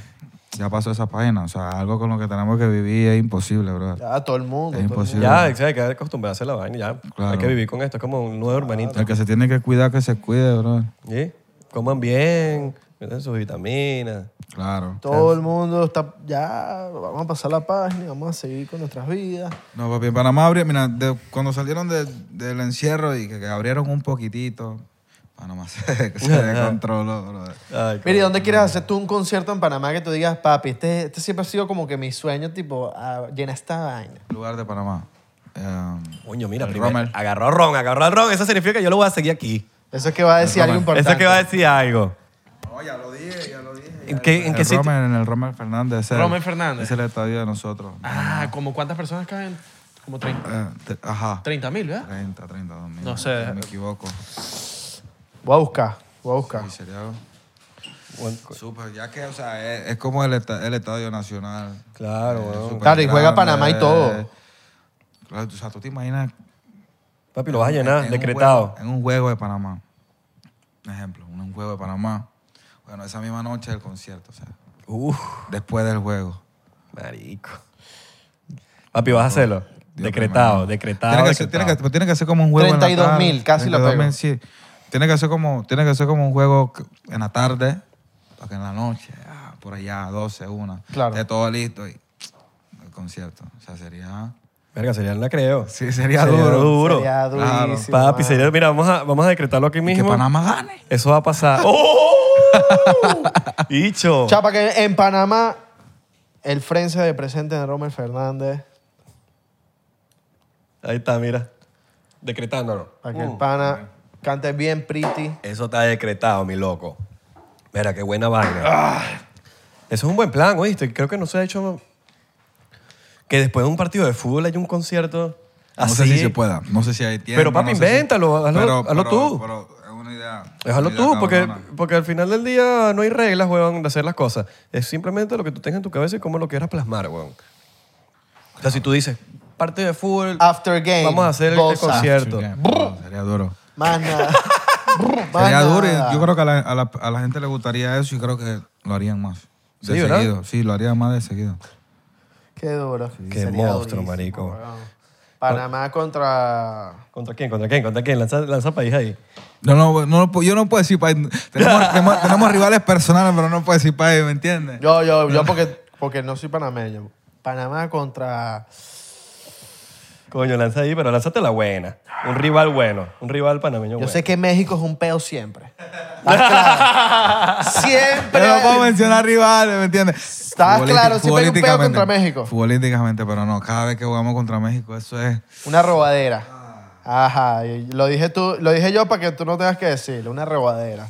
ya pasó esa página. O sea, algo con lo que tenemos que vivir es imposible, bro. Ya, todo el mundo. es todo el mundo. imposible. ya, o sea, hay que acostumbrarse a la vaina. Ya. Claro. Hay que vivir con esto. Es como un nuevo hermanito. El que se tiene que cuidar, que se cuide, bro. ¿Sí? Coman bien, metan sus vitaminas. Claro. Todo el mundo está. Ya, vamos a pasar la página, vamos a seguir con nuestras vidas. No, papi, en Panamá abrió, mira, de- cuando salieron de- del encierro y que, que abrieron un poquitito, Panamá se, se descontroló, bro. Ay, Mire, ¿dónde quieres hacer tú un concierto en Panamá que tú digas, papi, este, este siempre ha sido como que mi sueño, tipo, ah, llena esta vaina? Lugar de Panamá. Em, Coño, mira, El primero, Rommel. agarró ron, agarró al ron. Eso significa que yo lo voy a seguir aquí. Eso es que va a decir algo importante. Eso que va a decir algo. No, ya lo dije, ya lo dije. ¿En qué, en qué el sitio? Rommel, en el Rommel Fernández. ese- Rommel Fernández. ese Es el estadio de nosotros. Ah, ¿como cuántas personas caen? Como 30 Eh, te- ajá. 30 mil, ¿verdad? 30, 30, 2000. No sé. No me equivoco. Voy a buscar, voy a buscar. Y sería Bueno, súper, ya que, o sea, es, es como el, esta- el Estadio Nacional. Claro, Es weón. súper Claro, y juega grande. Panamá y todo. Claro, tú- o sea, tú te imaginas. Papi, lo vas a en- llenar, en un decretado. juego- en un juego de Panamá. Un ejemplo, un juego de Panamá. Bueno, esa misma noche del concierto, o sea, Uf, después del juego. marico. Papi, vas a hacerlo. Decretado, decretado, Tiene que, ser, tiene, decretado. que, tiene que ser como un juego. en la 32.000, tarde. casi la 32.000, sí. Tiene que, ser como, tiene que ser como un juego que- en la tarde, para que en la noche, ah, por allá, 12, 1. Claro. Esté todo listo y el concierto. O sea, sería. Verga, sería la creo. Sí, sería, Sería duro. duro. Sería Claro. durísimo, Papi, mano. sería, mira, vamos a, vamos a decretarlo aquí Y que mismo. Panamá gane. Eso va a pasar. ¡Oh! ¡Bicho! Chapa, que en Panamá el Fren se presente en Rommel Fernández Ahí está, mira. Decretándolo. para que Uh. el pana cante bien pretty. Eso está decretado, mi loco. Mira, qué buena vaina. Ah. Eso es un buen plan, ¿oíste? Creo que no se ha hecho... Que después de un partido de fútbol haya un concierto así. No sé si se pueda. No sé si hay tiempo. ¿Ah, Pero, papi, no sé si- invéntalo, hazlo- hazlo tú. Pero es una idea. Déjalo una idea tú, porque, cabrona. porque al final del día no hay reglas, weón, de hacer las cosas. Es simplemente lo que tú tengas en tu cabeza y cómo lo quieras plasmar, weón. O sea, si tú dices, partido de fútbol, After game. vamos a hacer el bossa. concierto. Sí, pero Sería duro. Más nada. Brr, más Sería duro nada. y yo creo que a la, a la- a la gente le gustaría eso y creo que lo harían más. De Sí, ¿verdad? seguido. Sí, lo harían más de seguido. Qué duro. Qué Sería monstruo, durísimo, marico. weón. Panamá contra... ¿Contra quién? ¿Contra quién? ¿Contra quién? Lanza, lanza país ahí. No, no, no lo pu- yo no puedo decir país. Tenemos, tenemos- tenemos rivales personales, pero no puedo decir país, ¿me entiendes? Yo, yo, yo porque, porque no soy panameño. Panamá contra... Coño, lanza ahí, pero lánzate la buena. Un rival bueno, un rival panameño Yo bueno. sé que México es un peo siempre. ¿Estás claro? siempre. Pero no puedo mencionar rivales, ¿me entiendes? Está eh, claro, siempre hay un pedo futbolísticamente- contra México. Futbolísticamente, pero no, cada vez que jugamos contra México, eso es. Una robadera. Ajá, y lo dije tú, lo dije yo para que tú no tengas que decirlo, una robadera.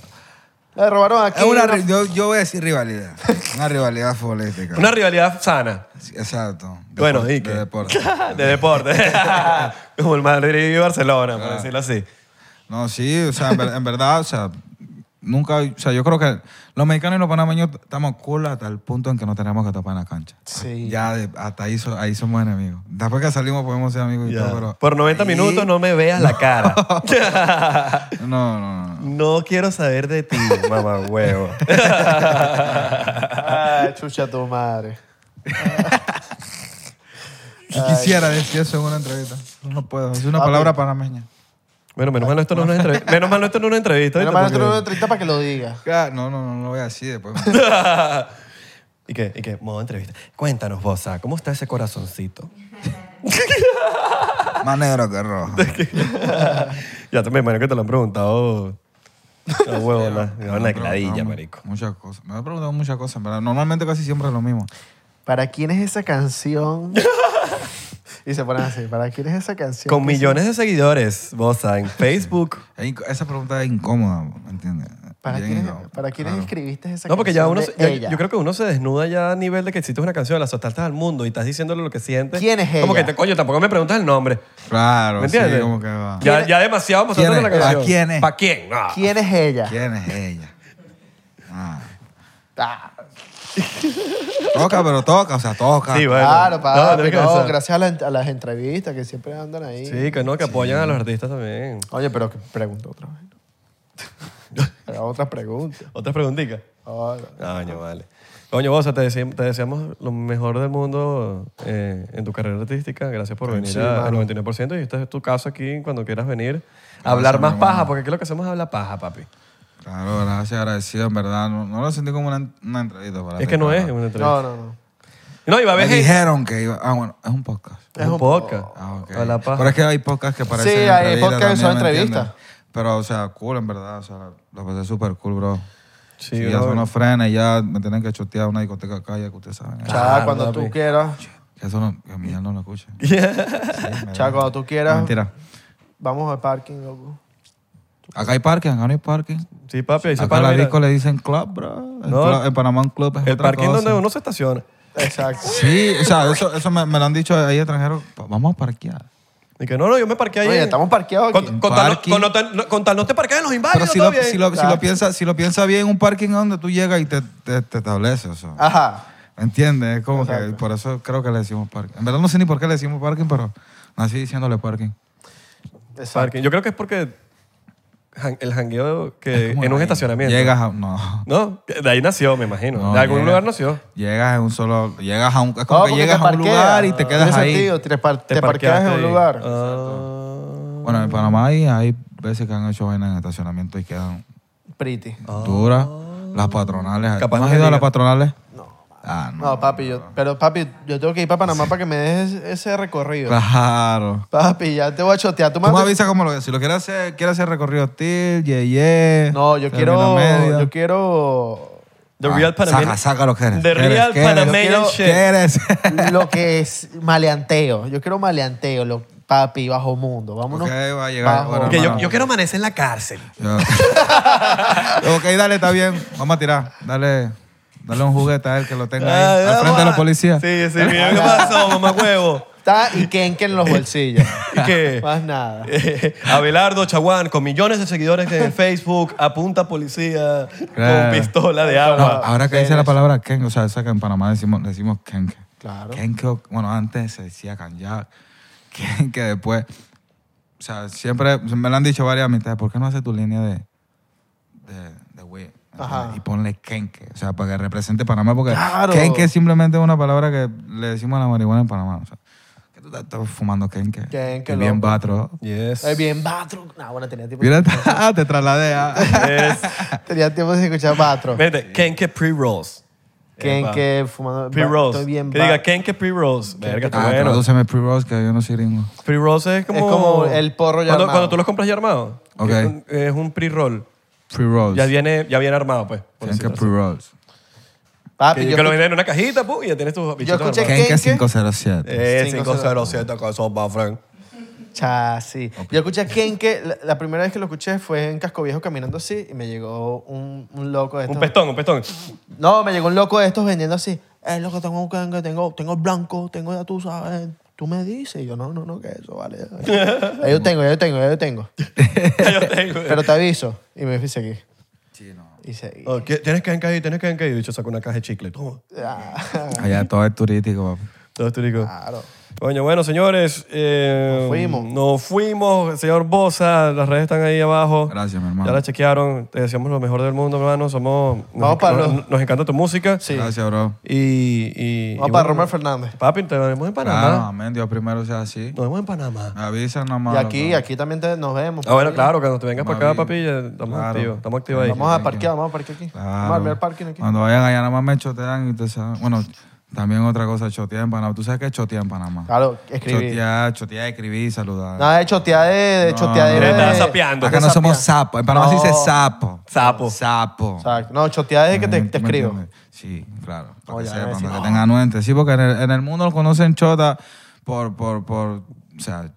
Le robaron aquí. Es una una- ri- yo, yo voy a decir rivalidad. Una rivalidad futbolística. Una rivalidad sana. Sí, Exacto. De bueno, por- ¿y qué? De deporte. de deporte. Como el Madrid y Barcelona, por Ah. decirlo así. No, sí, o sea, en, ver- en verdad, o sea, nunca, o sea, yo creo que los mexicanos y los panameños t- estamos cool hasta el punto en que no tenemos que tapar en la cancha. Sí. Ya de- hasta ahí, so- ahí somos enemigos. Después que salimos podemos ser amigos y Ya. todo, pero... Por 90 ahí- minutos no me veas la cara. No, no, no. no quiero saber de ti, mamá huevo. Ay, chucha tu madre. Yo quisiera decir eso en una entrevista. No puedo. Es una palabra panameña. Bueno, menos mal esto no es una entrevista. Menos mal esto no es una entrevista. Pero ¿viste? para una Porque- entrevista para que lo diga. Ah, No, no, no, no lo voy a decir después. ¿Y qué? ¿Y qué? Modo entrevista. Cuéntanos, Bosa, ¿cómo está ese corazoncito? Más negro que rojo. ya te me imagino que te lo han preguntado. No, huevo, nada. Me Una cladilla, han preguntado mu- marico. Muchas cosas. Me han preguntado muchas cosas, pero normalmente casi siempre es lo mismo. ¿Para quién es esa canción? y se ponen así, ¿para quién es esa canción? Con millones de seguidores, Bosa, en Facebook. Es inc- Esa pregunta es incómoda, ¿me entiendes? ¿Para Bien quiénes, incómoda. ¿para quiénes Claro. escribiste esa canción? No, porque ya uno, de se- ya- ella? yo creo que uno se desnuda ya a nivel de que existe una canción, la soltaste al mundo y estás diciéndole lo que sientes. ¿Quién es Como que, ella? te, coño, tampoco me preguntas el nombre. Claro, ¿Me entiendes? sí, como que va. ya, ya demasiado ¿Quién mostrándote es? la canción. ¿A quién es? ¿Para quién? Ah. No. ¿Quién es ella? ¿Quién es ella? Ah. Ah, Toca, pero toca, o sea, toca. Sí, bueno. claro, No, papi, tienes que no, pensar. gracias a, la- a las entrevistas que siempre andan ahí. Sí, que no, que apoyan a los artistas también. Oye, pero que pregunto otra vez. Pero otra pregunta. Otras preguntitas. Ahora. Coño, vale. Coño, Bosa, te, deseam- te deseamos lo mejor del mundo eh, en tu carrera artística. Gracias por venir a- al 99%. Y esta es tu casa aquí cuando quieras venir. a hablar más paja, porque aquí lo que hacemos es hablar paja, papi. Claro, gracias, agradecido, en verdad. No, no lo sentí como una, una entrevista para es que no es una entrevista. No, no, no. No, iba a Me ver gente. dijeron que iba. Ah, bueno, es un podcast. Es un podcast. Ah, ok. Hablar paja. Pero es que hay podcasts que parecen. hay entrevistas podcasts que son también, ¿me entrevistas. entiendes? Pero, o sea, cool, en verdad. O sea, lo pasé súper cool, bro. Sí, Sí, ya bro. son los frenes, ya me tienen que chotear a una discoteca acá, ya que ustedes saben. Chao, cuando papi. tú quieras. Que eso no, que Miguel no lo escuche. Sí, me- Chao, cuando tú quieras. Mentira. Vamos al parking, loco. Acá hay parking, acá no hay parking. Sí, papi, ahí se Acá a para, la mira. disco le dicen club, bro. El, No. club- en Panamá un club es El otra parking cosa. donde uno se estaciona. Exacto. Sí, o sea, eso, eso me, me lo han dicho ahí extranjeros. Pa- Vamos a parquear. Y que no, no, yo me parqué ahí. Oye, en- estamos parqueados aquí. Con, con tal, no- Parking. con no te- no- con tal no te parques en los Pero inválidos, si todo lo, bien. si, lo, si, lo piensa, si lo piensa bien, un parking es donde tú llegas y te, te, te estableces. o sea. Ajá. ¿Entiendes? Es como que por eso creo que le decimos parking. En verdad no sé ni por qué le decimos parking, pero nací diciéndole parking. Exacto. Parking. Yo creo que es porque jan- el jangueo Es que como en un ahí. estacionamiento. Llegas a... No. No, de ahí nació, me imagino. No, de algún llega- lugar nació. Llegas en un solo... Llegas a un... Es No, como que porque llegas te a un parqueas. lugar y te No quedas tiene ahí. sentido, Te, par- te parqueas en parqueaste un ahí. lugar. Ah. Bueno, en Panamá hay, hay veces que han hecho vainas en estacionamiento y quedan Pretty. duras. Las patronales. Ah. Capaz ¿Tú no has se ido a diga. las patronales? No. Ah, no. No, papi, yo, pero papi, yo tengo que ir para Panamá para que me des ese recorrido. Claro. Papi, ya te voy a chotear. Tú me Tú me haces- avisas cómo lo Si lo quieres hacer, quieres hacer recorrido hostil, ye ye. No, yo término quiero, medio. yo quiero The Real Panamanian. Ah, Saca, saca lo que eres. The ¿Qué eres? Real ¿Qué eres? Panamanian ¿Qué shit. eres? lo que es maleanteo. Yo quiero maleanteo, lo, papi, bajo mundo. Vámonos. Ok, va a llegar. bajo- Bueno, Que yo, hermano. yo quiero amanecer en la cárcel. Yo- ok, dale, está bien. Vamos a tirar. Dale, dale un juguete a él que lo tenga ahí. Ah, al frente de la policía. Sí, sí, mira qué pasó, mamá huevo. Está y que en los bolsillos. Y que Más nada. eh, Abelardo Chaguán, con millones de seguidores en Facebook, apunta a policía Claro. con pistola de No, agua. ahora que dice la palabra Ken, o sea, esa que en Panamá decimos, decimos Ken. Claro. Kenke, bueno, antes se decía Kanyak. Ken, que después. O sea, siempre me lo han dicho varias amistades, ¿por qué no haces tu línea de. de, de weed? Ajá. Y ponle Kenke, o sea, para que represente Panamá, porque Claro. Kenke es simplemente una palabra que le decimos a la marihuana en Panamá. O sea, que tú estás fumando Kenke. Kenke, Y bien loco. batro. Yes. Es bien, Batro. No, bueno, tenía tiempo. Mira, ah, te trasladé a. Yes. Tenía tiempo sin escuchar Batro. Vete, Kenke Pre-Rolls. Ken Epa. que fumando. Pre-rolls. Estoy bien Que diga Batro. Kenke Pre-Rolls. Verga, está Ah, bueno. tradúceme pre-rolls, que yo no soy gringo. Pre-rolls es como... Es como el porro ya cuando, armado. Cuando tú los compras ya armado. Ok. Es un, es un pre-roll. Pre-rolls. Ya viene, ya viene armado, pues. por Kenke decirlo así. pre-rolls. Papi, que, yo que lo escuché- venden en una cajita, pu, y ya tienes tus bichitos escuché armados. que- Kenke Kenke 507. Eh, 507. 507 que son pa' friend. Cha, Ah, sí. Yo escuché a Kenke, la, la primera vez que lo escuché fue en Casco Viejo caminando así y me llegó un, un loco de estos. Un pestón, un pestón. No, me llegó un loco de estos vendiendo así. Eh, loco, tengo un Kenke, tengo, tengo el blanco, tengo ya tú sabes. Tú me dices. Y yo, no, no, no, que eso vale. Ya yo tengo, ya yo tengo, ya yo tengo. Yo tengo. Pero te aviso. Y me fui seguí. Sí, no. Y seguí. Oh, ¿qué- tienes que encajar, tienes que encajar. Y de hecho sacó una caja de chicle. Toma. Ah, Allá todo es turístico, papi. Todo turístico. claro. Coño, bueno, señores. eh, Ah. Nos fuimos. Nos fuimos, señor Bosa. Las redes están ahí abajo. Gracias, mi Ya hermano. la chequearon. Te deseamos lo mejor del mundo, hermano. Somos. Nos, Vamos, Pablo. nos, nos encanta tu música. Sí. Gracias, bro. Y. y Vamos y para bueno, Romero Fernández. Papi, te veremos en Panamá. Claro, amén. Dios primero sea así. Nos vemos en Panamá. Me avisan nomás. Y aquí, loco. aquí también te- nos vemos. Ah, bueno, claro, cuando te vengas para acá, Maravilla. papi, ya estamos Claro. activos. Estamos activos ahí. Vamos a parquear, vamos a parquear aquí. Vamos a Claro. armar el parking aquí. Cuando vayan allá, nomás me chotean y te saben. Bueno, también otra cosa, chotear en Panamá. ¿Tú sabes qué es chotear en Panamá? Claro, escribí. Chotear, chotear, escribir, saludar. Nada de chotear de, de No, choteadera no, no. Estaba de- sapeando. Acá no sapea. somos sapos. En Panamá se dice No. sapo. Sapo. Sapo. Exacto. No, chotear es que te, ¿Me te escribo. entiendes? Sí, claro. Para Oye, que a sepan, ver si para no. que tengan nuente. Sí, porque en el, en el mundo lo conocen chota por, por, por, o sea,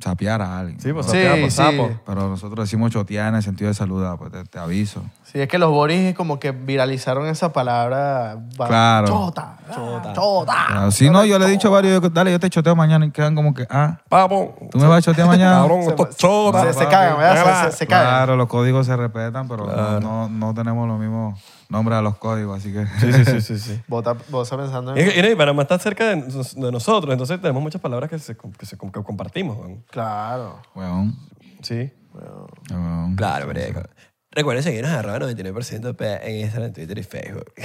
sapear a alguien. Sí, pues Sí, sapeamos, sí. sapo. Pero nosotros decimos chotear en el sentido de saludar, pues te, te aviso. Sí, es que los boris como que viralizaron esa palabra. va- Claro. Chota. Chota. Chota. Pero Ah, si no, yo le he dicho a varios, yo, dale, yo te choteo mañana y quedan como que, ah, Papo. tú me vas a chotear mañana. Cabrón, estos chotas. Se, se cagan, ¿verdad? Se, se- se cagan. Claro, los códigos se respetan, pero no, no tenemos los mismos nombres a los códigos, así que. Sí, sí, sí, sí. sí. Vos estás vos estás pensando en... Y- y- y Panamá está cerca de, nos- de nosotros, entonces tenemos muchas palabras que, se, com- que, se com- que compartimos. weón. Claro. Weón. Sí. Weón. Claro, brego. Recuerden seguirnos a 99% en Instagram, Twitter y Facebook.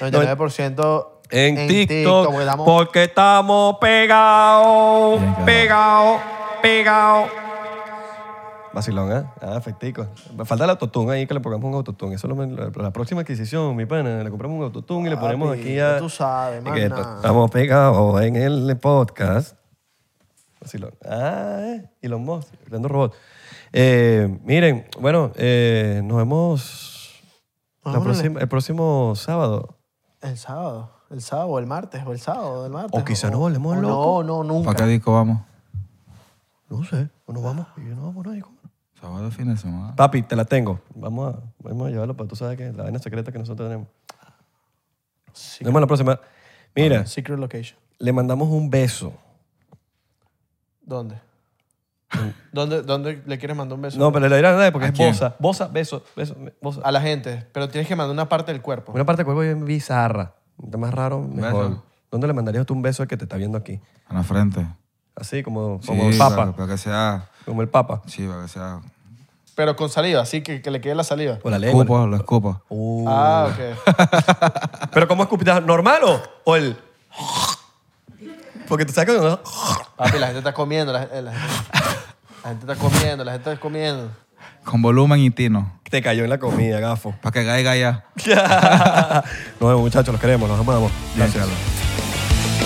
99% En, TikTok, porque damos- porque estamos pegados, Bien, claro. pegados, pegados. Vacilón, ¿eh? Ah, efectico. Falta el autotune ahí, que le pongamos un autotune. Eso es lo- la, la próxima adquisición, mi pana. Le compramos un autotune y le ponemos Ah, Papi, aquí ya a... tú sabes, Y que más nada. Estamos pegados en el podcast. Vacilón. Ah, eh. Elon Musk, creando robots. Eh, miren, bueno, eh, nos vemos la Vámonos. próxima- el próximo sábado. El sábado. El sábado, o el martes, o el sábado del martes. O quizá nos volvemos o locos. No, no, ¿Para nunca. qué disco vamos? No sé, o nos vamos. Y yo, no vamos, no hijo. Sábado, fin de semana. Papi, te la tengo. Vamos a, vamos a llevarlo para tú sabes que la vaina secreta que nosotros tenemos. Nos vemos la próxima. Mira, Secret location. le mandamos un beso. ¿Dónde? ¿Dónde, ¿Dónde le quieres mandar un beso? Mm. No, pero le dirán nada porque ¿A es quién? bosa. Bosa, beso, beso, bosa. A la gente, pero tienes que mandar una parte del cuerpo. Una parte del cuerpo bien bizarra. Está más raro, mejor. beso. ¿Dónde le mandarías tú un beso al que te está viendo aquí? En la frente. Así como, Sí, como el para- papa. Para, que sea. Como el papa. Sí, para que sea. Pero con saliva, así que, que le quede la saliva. O la lengua. Escupo, lo escupo. Uh. Ah, ok. Pero ¿cómo escupitas? ¿Normal o, o el...? Porque tú sabes que... uno- Papi, la gente está comiendo, la, eh, la- la gente está comiendo, la gente está comiendo. Con volumen y tino. Te cayó en la comida, gafo. Para que caiga ya. Nos vemos, muchachos. Los queremos, los amamos. Gracias. Díselo.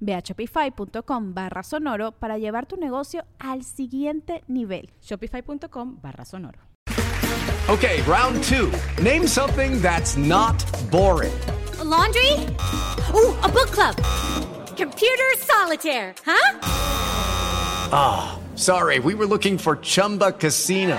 Ve a shopify.com barra sonoro para llevar tu negocio al siguiente nivel. Shopify.com barra sonoro. Okay, round two. Name something that's not boring. A laundry? Ooh, a book club. Computer solitaire, huh? Sorry, we were looking for Chumba Casino.